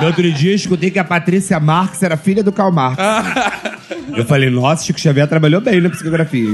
S4: No outro dia eu escutei que a Patrícia Marx era filha do Karl Marx. eu falei, nossa, Chico Xavier trabalhou bem na psicografia.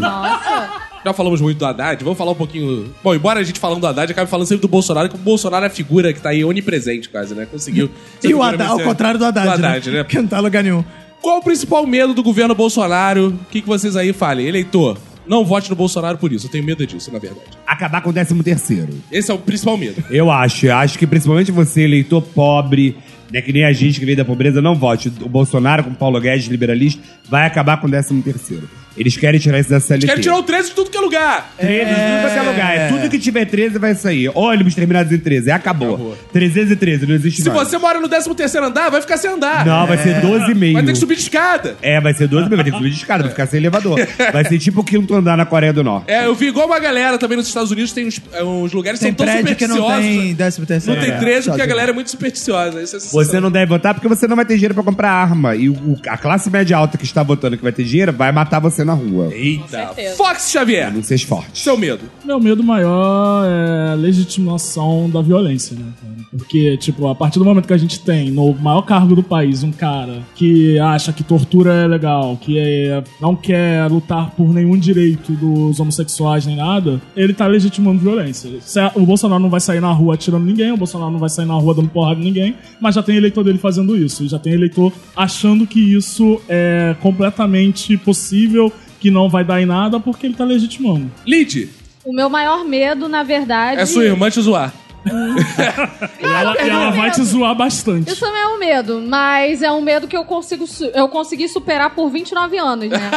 S1: Já falamos muito do Haddad, vamos falar um pouquinho. Bom, embora a gente falando do Haddad, acabe falando sempre do Bolsonaro, que o Bolsonaro é a figura que tá aí onipresente, quase, né? Conseguiu. ser
S2: E o
S1: figura
S2: Haddad, ao
S1: messiânica.
S2: contrário do Haddad,
S1: Do Haddad, né?
S2: Que não tá em lugar nenhum.
S1: Qual o principal medo do governo Bolsonaro? O que, que vocês aí falem? Eleitor, não vote no Bolsonaro por isso. Eu tenho medo disso, na verdade.
S4: Acabar com o décimo terceiro.
S1: Esse é o principal medo.
S4: Eu acho. Eu acho que principalmente você, eleitor pobre, né, que nem a gente que veio da pobreza, não vote. O Bolsonaro, com o Paulo Guedes, liberalista, vai acabar com o décimo terceiro. Eles querem tirar isso da CLT.
S1: Quero tirar o 13 de tudo que é lugar.
S4: 13 de tudo quanto é lugar. É tudo que tiver 13 vai sair. Ônibus terminados em 13. Acabou.
S1: Acabou.
S4: 313, não existe
S1: Se
S4: mais.
S1: você mora no 13 andar, vai ficar sem andar.
S4: Não, vai ser 12 e meio.
S1: Vai ter que subir de escada.
S4: É, vai ser 12 mil, vai ter que subir de escada, vai ficar sem elevador. Vai ser tipo o quinto andar na Coreia do Norte.
S1: É, eu vi igual uma galera também nos Estados Unidos, tem uns, é, uns lugares que
S2: Tem
S1: são tão
S2: prédio que não
S1: supersticiosos.
S2: tem 13
S1: Não
S2: terceiro.
S1: tem 13 porque a galera é muito supersticiosa. Isso é
S4: Você não deve votar porque você não vai ter dinheiro pra comprar arma. E o- a classe média alta que está votando que vai ter dinheiro vai matar você na rua.
S1: Eita.
S3: certeza.
S1: Fox Xavier,
S4: Não seja forte.
S1: seu medo.
S5: Meu medo maior é a legitimação da violência, né, cara? Porque, tipo, a partir do momento que a gente tem no maior cargo do país um cara que acha que tortura é legal, que é- não quer lutar por nenhum direito dos homossexuais nem nada, ele tá legitimando violência. Se a- O Bolsonaro não vai sair na rua atirando ninguém, o Bolsonaro não vai sair na rua dando porrada em ninguém, mas já tem eleitor dele fazendo isso, já tem eleitor achando que isso é completamente possível. Que não vai dar em nada porque ele tá legitimando.
S1: Lid,
S3: O meu maior medo, na verdade.
S1: é sua irmã te zoar.
S5: E ela, e ela vai te zoar bastante.
S3: Isso também é um medo, mas é um medo que eu consigo su- eu consegui superar por 29 anos, né?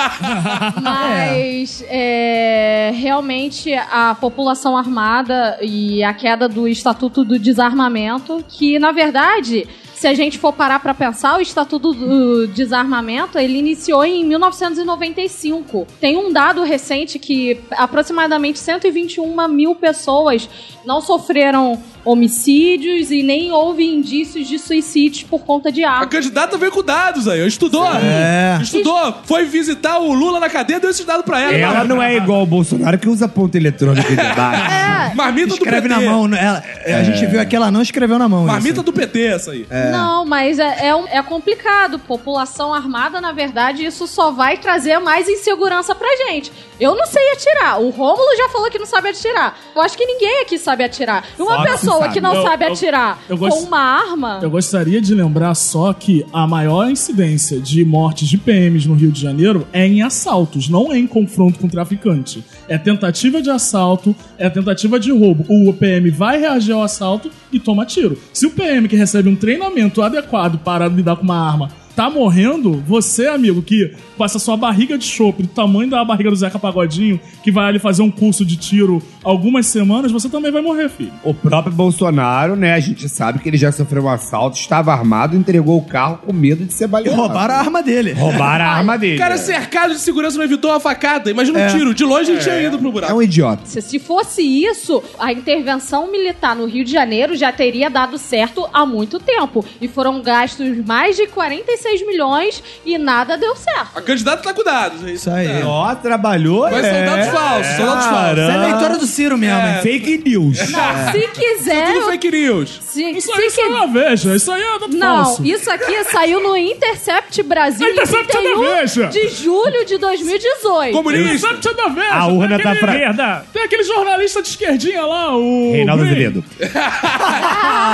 S3: mas é, realmente a população armada e a queda do Estatuto do Desarmamento, que na verdade, se a gente for parar pra pensar, o Estatuto do Desarmamento, ele iniciou em 1995. Tem um dado recente que aproximadamente 121 mil pessoas não sofreram homicídios e nem houve indícios de suicídios por conta de
S1: A
S3: arma.
S1: candidata veio com dados aí, estudou.
S2: É.
S1: Estudou, foi visitar o Lula na cadeia, deu esse dado pra ela.
S4: Ela não é igual o Bolsonaro que usa ponto eletrônico em debate.
S3: É,
S1: Marmita
S2: Escreve
S1: do
S2: na
S1: PT.
S2: mão. né? Ela, A gente viu aqui, ela não escreveu na mão.
S1: É. Marmita
S2: isso.
S1: do PT, essa aí.
S3: Não, mas é, é, um- é complicado. População armada, na verdade, isso só vai trazer mais insegurança pra gente. Eu não sei atirar. O Rômulo já falou que não sabe atirar. Eu acho que ninguém aqui sabe atirar. E
S4: Só
S3: uma
S4: que
S3: pessoa
S4: sabe.
S3: que não
S5: Eu-
S3: sabe
S5: eu-
S3: atirar
S5: eu gosto-
S3: com uma arma.
S5: Eu gostaria de lembrar só que a maior incidência de mortes de PMs no Rio de Janeiro é em assaltos, não é em confronto com traficante. É tentativa de assalto, é tentativa de roubo. O PM vai reagir ao assalto e toma tiro. Se o PM que recebe um treinamento adequado para lidar com uma arma tá morrendo, você, amigo, que com essa sua barriga de chope, do tamanho da barriga do Zeca Pagodinho, que vai ali fazer um curso de tiro algumas semanas, você também vai morrer, filho.
S4: O próprio Bolsonaro, né? A gente sabe que ele já sofreu um assalto, estava armado, entregou o carro com medo de ser baleado.
S2: Roubaram a arma dele.
S4: Roubaram a arma dele.
S1: O cara cercado de segurança não evitou a facada. Imagina
S2: É.
S1: um tiro. De longe ele tinha ido pro
S4: é
S1: buraco.
S4: um idiota.
S3: Se, se fosse isso, a intervenção militar no Rio de Janeiro já teria dado certo há muito tempo. E foram gastos mais de 46 milhões e nada deu certo.
S1: A candidata tá com dados. é
S2: Isso aí.
S4: Ó, trabalhou,
S1: Mas
S4: é.
S1: soldados falsos, soldados
S2: Você é
S4: Caramba.
S2: leitora do Ciro mesmo, hein?
S4: Fake news.
S5: É.
S3: Se quiser,
S1: Tudo
S3: eu-
S1: fake news.
S3: se,
S5: Isso,
S3: se
S5: aí isso
S3: qui-
S5: é uma veja, isso aí é dado
S3: Não,
S5: falso.
S3: isso aqui saiu no Intercept Brasil
S5: A
S3: em
S5: Intercept é da
S3: 31
S5: Veja.
S3: de julho de 2018.
S1: Comunista.
S5: Sabe, tinha é da Veja,
S4: A urna
S5: tem
S4: tá
S5: aquele-
S4: fra-
S5: Tem aquele jornalista de esquerdinha lá, o.
S4: Reinaldo
S5: Green.
S4: Azevedo.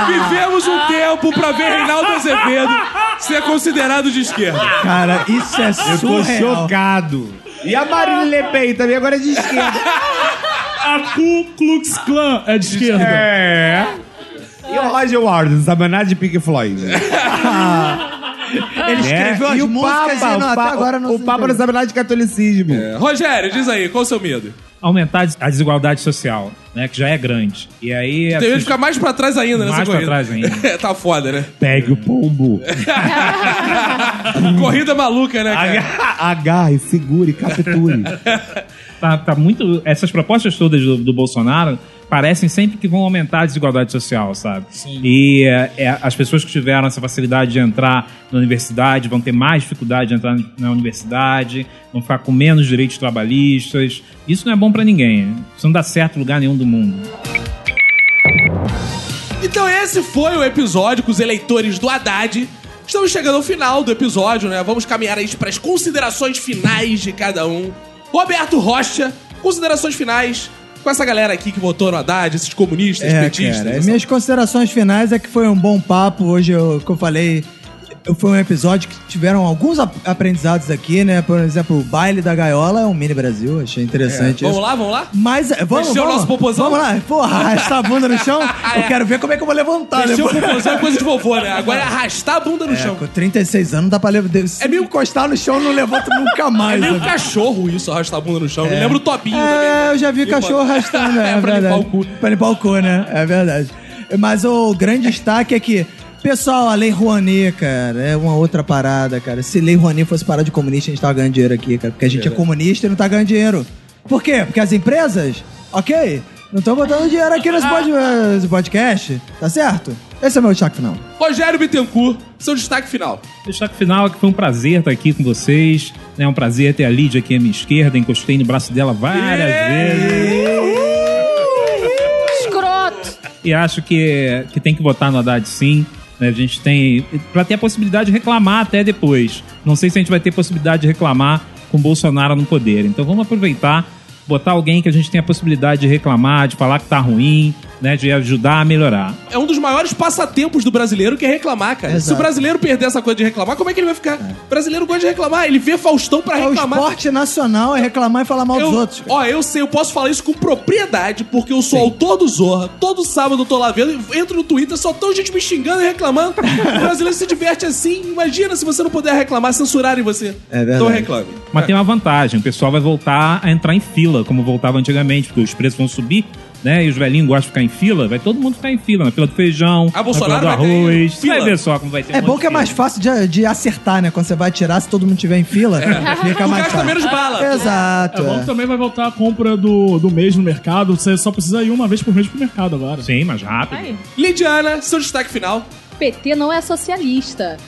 S1: Vivemos um tempo pra ver Reinaldo Azevedo ser considerado de esquerda.
S2: Cara, isso é
S4: Eu tô
S2: surreal.
S4: chocado. E a Marine Le Pen também agora é de esquerda.
S5: A Ku Klux Klan é de esquerda.
S4: é. E o Roger Waters, sabe nada de Pink Floyd.
S2: Ele
S4: né?
S2: escreveu as
S4: e o
S2: músicas
S4: Papa,
S2: e não,
S4: o,
S2: até
S4: pa
S2: agora não
S4: o
S2: se
S4: Papa não
S2: entendeu.
S4: sabe nada de catolicismo.
S1: É, Rogério, diz aí, qual o seu medo?
S6: Aumentar a desigualdade social, né? Que já é grande. E aí.
S1: Tem medo
S6: assim,
S1: de ficar mais pra trás ainda nessa
S6: Mais pra
S1: corrida.
S6: trás ainda.
S1: É, tá foda, né?
S4: Pegue o pombo.
S1: Corrida maluca, né, cara?
S4: Aga- Agarre, segure, capture.
S6: tá, tá muito. Essas propostas todas do, do Bolsonaro parecem sempre que vão aumentar a desigualdade social, sabe? E é, é, as pessoas que tiveram essa facilidade de entrar na universidade vão ter mais dificuldade de entrar na universidade, vão ficar com menos direitos trabalhistas. Isso não é bom pra ninguém. Isso não dá certo em lugar nenhum do mundo.
S1: Então esse foi o episódio com os eleitores do Haddad. Estamos chegando ao final do episódio, né? Vamos caminhar aí para as considerações finais de cada um. Roberto Rocha, considerações finais com essa galera aqui que votou no Haddad, esses comunistas,
S2: É,
S1: petistas.
S2: cara,
S1: essa-
S2: minhas considerações finais é que foi um bom papo. Hoje, eu, que eu falei, eu- foi um episódio que tiveram alguns ap- aprendizados aqui, né? Por exemplo, o baile da gaiola é um mini Brasil. Achei interessante isso.
S1: É, Vamos lá, vamos lá?
S2: Mas é, vamos,
S1: Mexeu o
S2: vamos,
S1: nosso popozão?
S2: vamos lá, porra, arrastar a bunda no chão. Eu quero ver como é que eu vou levantar.
S1: Mexeu
S2: depois.
S1: o popozão é coisa de vovô, né? Agora é arrastar a bunda no
S2: É,
S1: chão.
S2: com 36 anos dá pra levantar. Se
S1: É meio-
S2: encostar no chão, eu não levanto nunca
S1: É
S2: mais.
S1: meio
S2: né?
S1: cachorro isso, arrastar a bunda no chão. Me lembra o Tobinho
S2: É,
S1: também.
S2: eu já vi
S1: Limpa-
S2: cachorro arrastando.
S1: É,
S2: É,
S1: pra limpar
S2: verdade.
S1: o cu.
S2: Pra limpar o cu, né? É verdade. Mas o grande destaque é que, pessoal, a Lei Rouanet, cara, é uma outra parada, cara. Se Lei Rouanet fosse parar de comunista, a gente tava ganhando dinheiro aqui, cara. Porque a gente é comunista e não tá ganhando dinheiro. Por quê? Porque as empresas, ok, não estão botando dinheiro aqui nesse pod- nesse podcast, tá certo? Esse é meu destaque final.
S1: Rogério Bittencourt, seu destaque final.
S6: O destaque final é que foi um prazer estar aqui com vocês. É um prazer ter a Lídia aqui à minha esquerda. Encostei no braço dela várias vezes.
S3: Escroto.
S6: e acho que, que tem que votar no Haddad sim. né? A gente tem. Pra ter a possibilidade de reclamar até depois. Não sei se a gente vai ter possibilidade de reclamar com o Bolsonaro no poder. Então vamos aproveitar, botar alguém que a gente tem a possibilidade de reclamar, de falar que tá ruim, né? De ajudar a melhorar.
S1: É um dos maiores passatempos do brasileiro que é reclamar, cara.
S2: Exato.
S1: Se o brasileiro perder essa coisa de reclamar, como é que ele vai ficar? O brasileiro gosta de reclamar, ele vê Faustão pra
S2: É o
S1: reclamar.
S2: esporte nacional é reclamar e falar mal dos
S1: Eu-
S2: outros. cara.
S1: Ó, eu sei, eu posso falar isso com propriedade, porque eu sou autor do Zorra. Todo sábado eu tô lá vendo, entro no Twitter, só tão gente me xingando e reclamando. o brasileiro se diverte assim. Imagina se você não puder reclamar, censurarem você.
S2: É verdade.
S1: Então reclame.
S6: Mas tem uma vantagem, o pessoal vai voltar a entrar em fila, como voltava antigamente, porque os preços vão subir, né? E os velhinhos gostam de ficar em fila, vai todo mundo ficar em fila, na fila do feijão,
S1: Ah,
S6: na fila
S1: Bolsonaro
S6: do
S1: vai ter
S6: arroz. Você
S1: fila.
S6: vai ver só como vai ter. um
S2: É
S6: monte
S2: bom
S6: de
S2: que é mais
S6: fila.
S2: fácil de, de acertar, né? Quando você vai atirar, se todo mundo tiver em fila, fica
S1: Tu
S2: mais
S1: gasta
S2: fácil.
S1: menos bala.
S5: É
S2: Exato.
S5: bom que
S2: é.
S5: também vai voltar a compra do, do mês no mercado. Você só precisa ir uma vez por mês pro mercado agora.
S6: Sim, mais rápido.
S3: Aí.
S1: Lidiana, seu destaque final.
S3: PT não é socialista.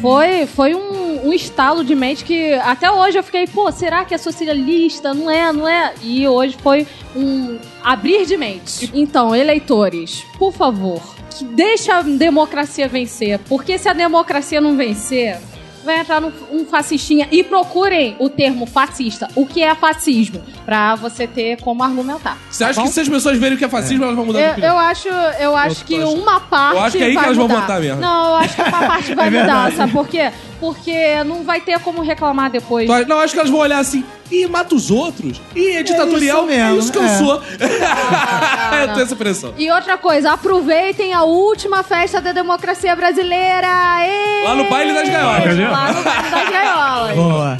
S3: Foi, foi um, um estalo de mente que até hoje eu fiquei, pô, será que é socialista? Não é, não é? E hoje foi um abrir de mente. Então, eleitores, por favor, que deixa a democracia vencer. Porque se a democracia não vencer, vai entrar num, um fascistinha. E procurem o termo fascista, o que é fascismo, pra você ter como argumentar.
S2: Tá
S1: Você acha que se as pessoas verem o que é fascismo, elas vão mudar de
S3: Eu,
S1: opinião?
S3: eu acho, eu acho que uma parte.
S1: Eu acho que é aí que
S3: vai
S1: elas vão
S3: mudar.
S1: votar mesmo. É
S3: Não, eu acho que uma parte vai mudar, sabe por quê? Porque não vai ter como reclamar depois.
S1: Tu acha- Então, Não, acho que elas vão olhar assim, ih, mata os outros, ih, é ditatorial,
S2: isso
S1: é isso,
S2: mesmo,
S1: que eu
S2: é.
S1: sou. eu
S3: Ah, não.
S1: tenho essa impressão.
S3: E outra coisa, aproveitem a última festa da democracia brasileira! Ê!
S1: Lá no baile das gaiolas.
S3: Lá no baile das gaiolas.
S2: Boa.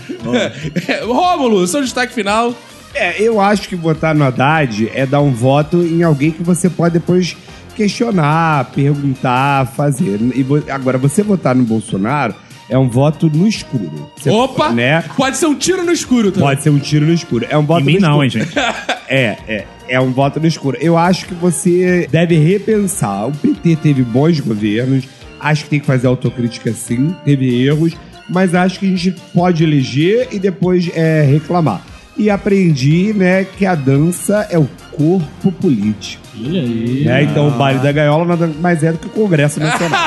S1: É, Rômulo, seu destaque final.
S4: É, eu acho que votar no Haddad é dar um voto em alguém que você pode depois questionar, perguntar, fazer. E vo- agora, você votar no Bolsonaro é um voto no escuro. Você-
S1: Opa!
S4: Né?
S1: Pode ser um tiro no escuro também.
S4: Pode ser um tiro no escuro. É um voto
S6: Em mim
S4: no
S6: não, hein,
S4: escuro.
S6: gente.
S4: É, é. É um voto no escuro. Eu acho que você deve repensar. O PT teve bons governos. Acho que tem que fazer autocrítica sim. Teve erros. Mas acho que a gente pode eleger e depois é, reclamar. E aprendi, né, que a dança é o corpo político.
S5: Olha aí.
S4: né? Então o baile da gaiola nada mais é do que o Congresso Nacional.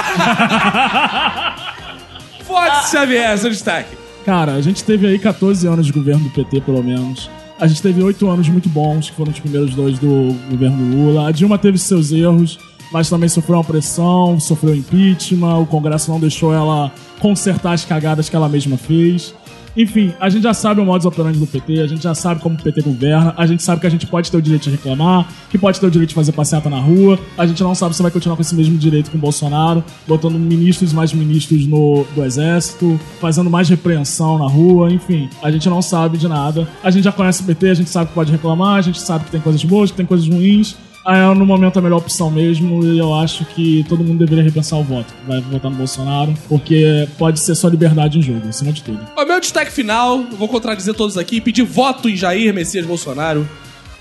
S1: Pode, Xavier, seu destaque.
S5: Cara, a gente teve aí 14 anos de governo do PT, pelo menos. A gente teve 8 anos muito bons, que foram os primeiros dois do governo do Lula. A Dilma teve seus erros, mas também sofreu uma pressão, sofreu impeachment, o Congresso não deixou ela consertar as cagadas que ela mesma fez. Enfim, a gente já sabe o modus operandi do PT, a gente já sabe como o PT governa, a gente sabe que a gente pode ter o direito de reclamar, que pode ter o direito de fazer passeata na rua, a gente não sabe se vai continuar com esse mesmo direito com o Bolsonaro, botando ministros e mais ministros no, do Exército, fazendo mais repreensão na rua, enfim, a gente não sabe de nada. A gente já conhece o PT, a gente sabe que pode reclamar, a gente sabe que tem coisas boas, que tem coisas ruins. Ah, é, no momento a melhor opção mesmo, e eu acho que todo mundo deveria repensar o voto. Vai votar no Bolsonaro, porque pode ser só liberdade em jogo, acima de tudo.
S1: O meu destaque final, eu vou contradizer todos aqui, pedir voto em Jair Messias Bolsonaro,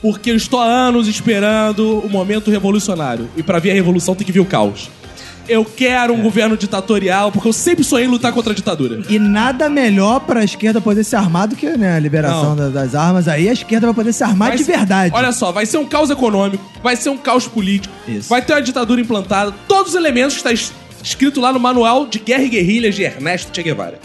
S1: porque eu estou há anos esperando o momento revolucionário. E pra ver a revolução tem que vir o caos. Eu quero
S4: É.
S1: um governo ditatorial, porque eu sempre sonhei em lutar contra a ditadura.
S2: E nada melhor pra esquerda poder se armar do que né, a liberação da- das armas. Aí a esquerda vai poder se armar
S1: Vai
S2: de
S1: ser-
S2: verdade.
S1: Olha só, vai ser um caos econômico, vai ser um caos político,
S2: Isso.
S1: vai ter uma ditadura implantada, todos os elementos que está es- escrito lá no manual de guerra e guerrilhas de Ernesto Che Guevara.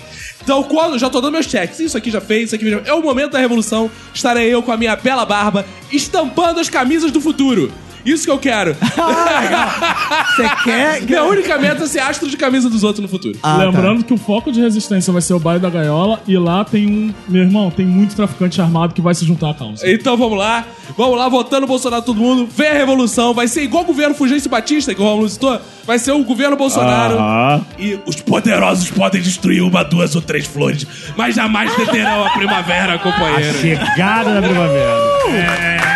S1: Então, quando já tô dando meus checks, isso aqui já fez, isso aqui já... É o momento da revolução, estarei eu com a minha bela barba estampando as camisas do futuro. Isso que eu quero.
S2: Você quer.
S1: minha única meta é ser astro de camisa dos outros no futuro.
S2: Ah, tá.
S5: Lembrando que o foco de resistência vai ser o bairro da Gaiola e lá tem um. Meu irmão, tem muito traficante armado que vai se juntar à causa.
S1: Então vamos lá, vamos lá, votando Bolsonaro todo mundo, vem a revolução, vai ser igual o governo Fulgêncio Batista, que o Romulo citou, vai ser o governo Bolsonaro.
S4: Ah,
S6: Aham.
S1: E os poderosos podem destruir uma, duas ou três flores, mas jamais deterão a primavera, companheiro.
S6: Chegada da primavera. É.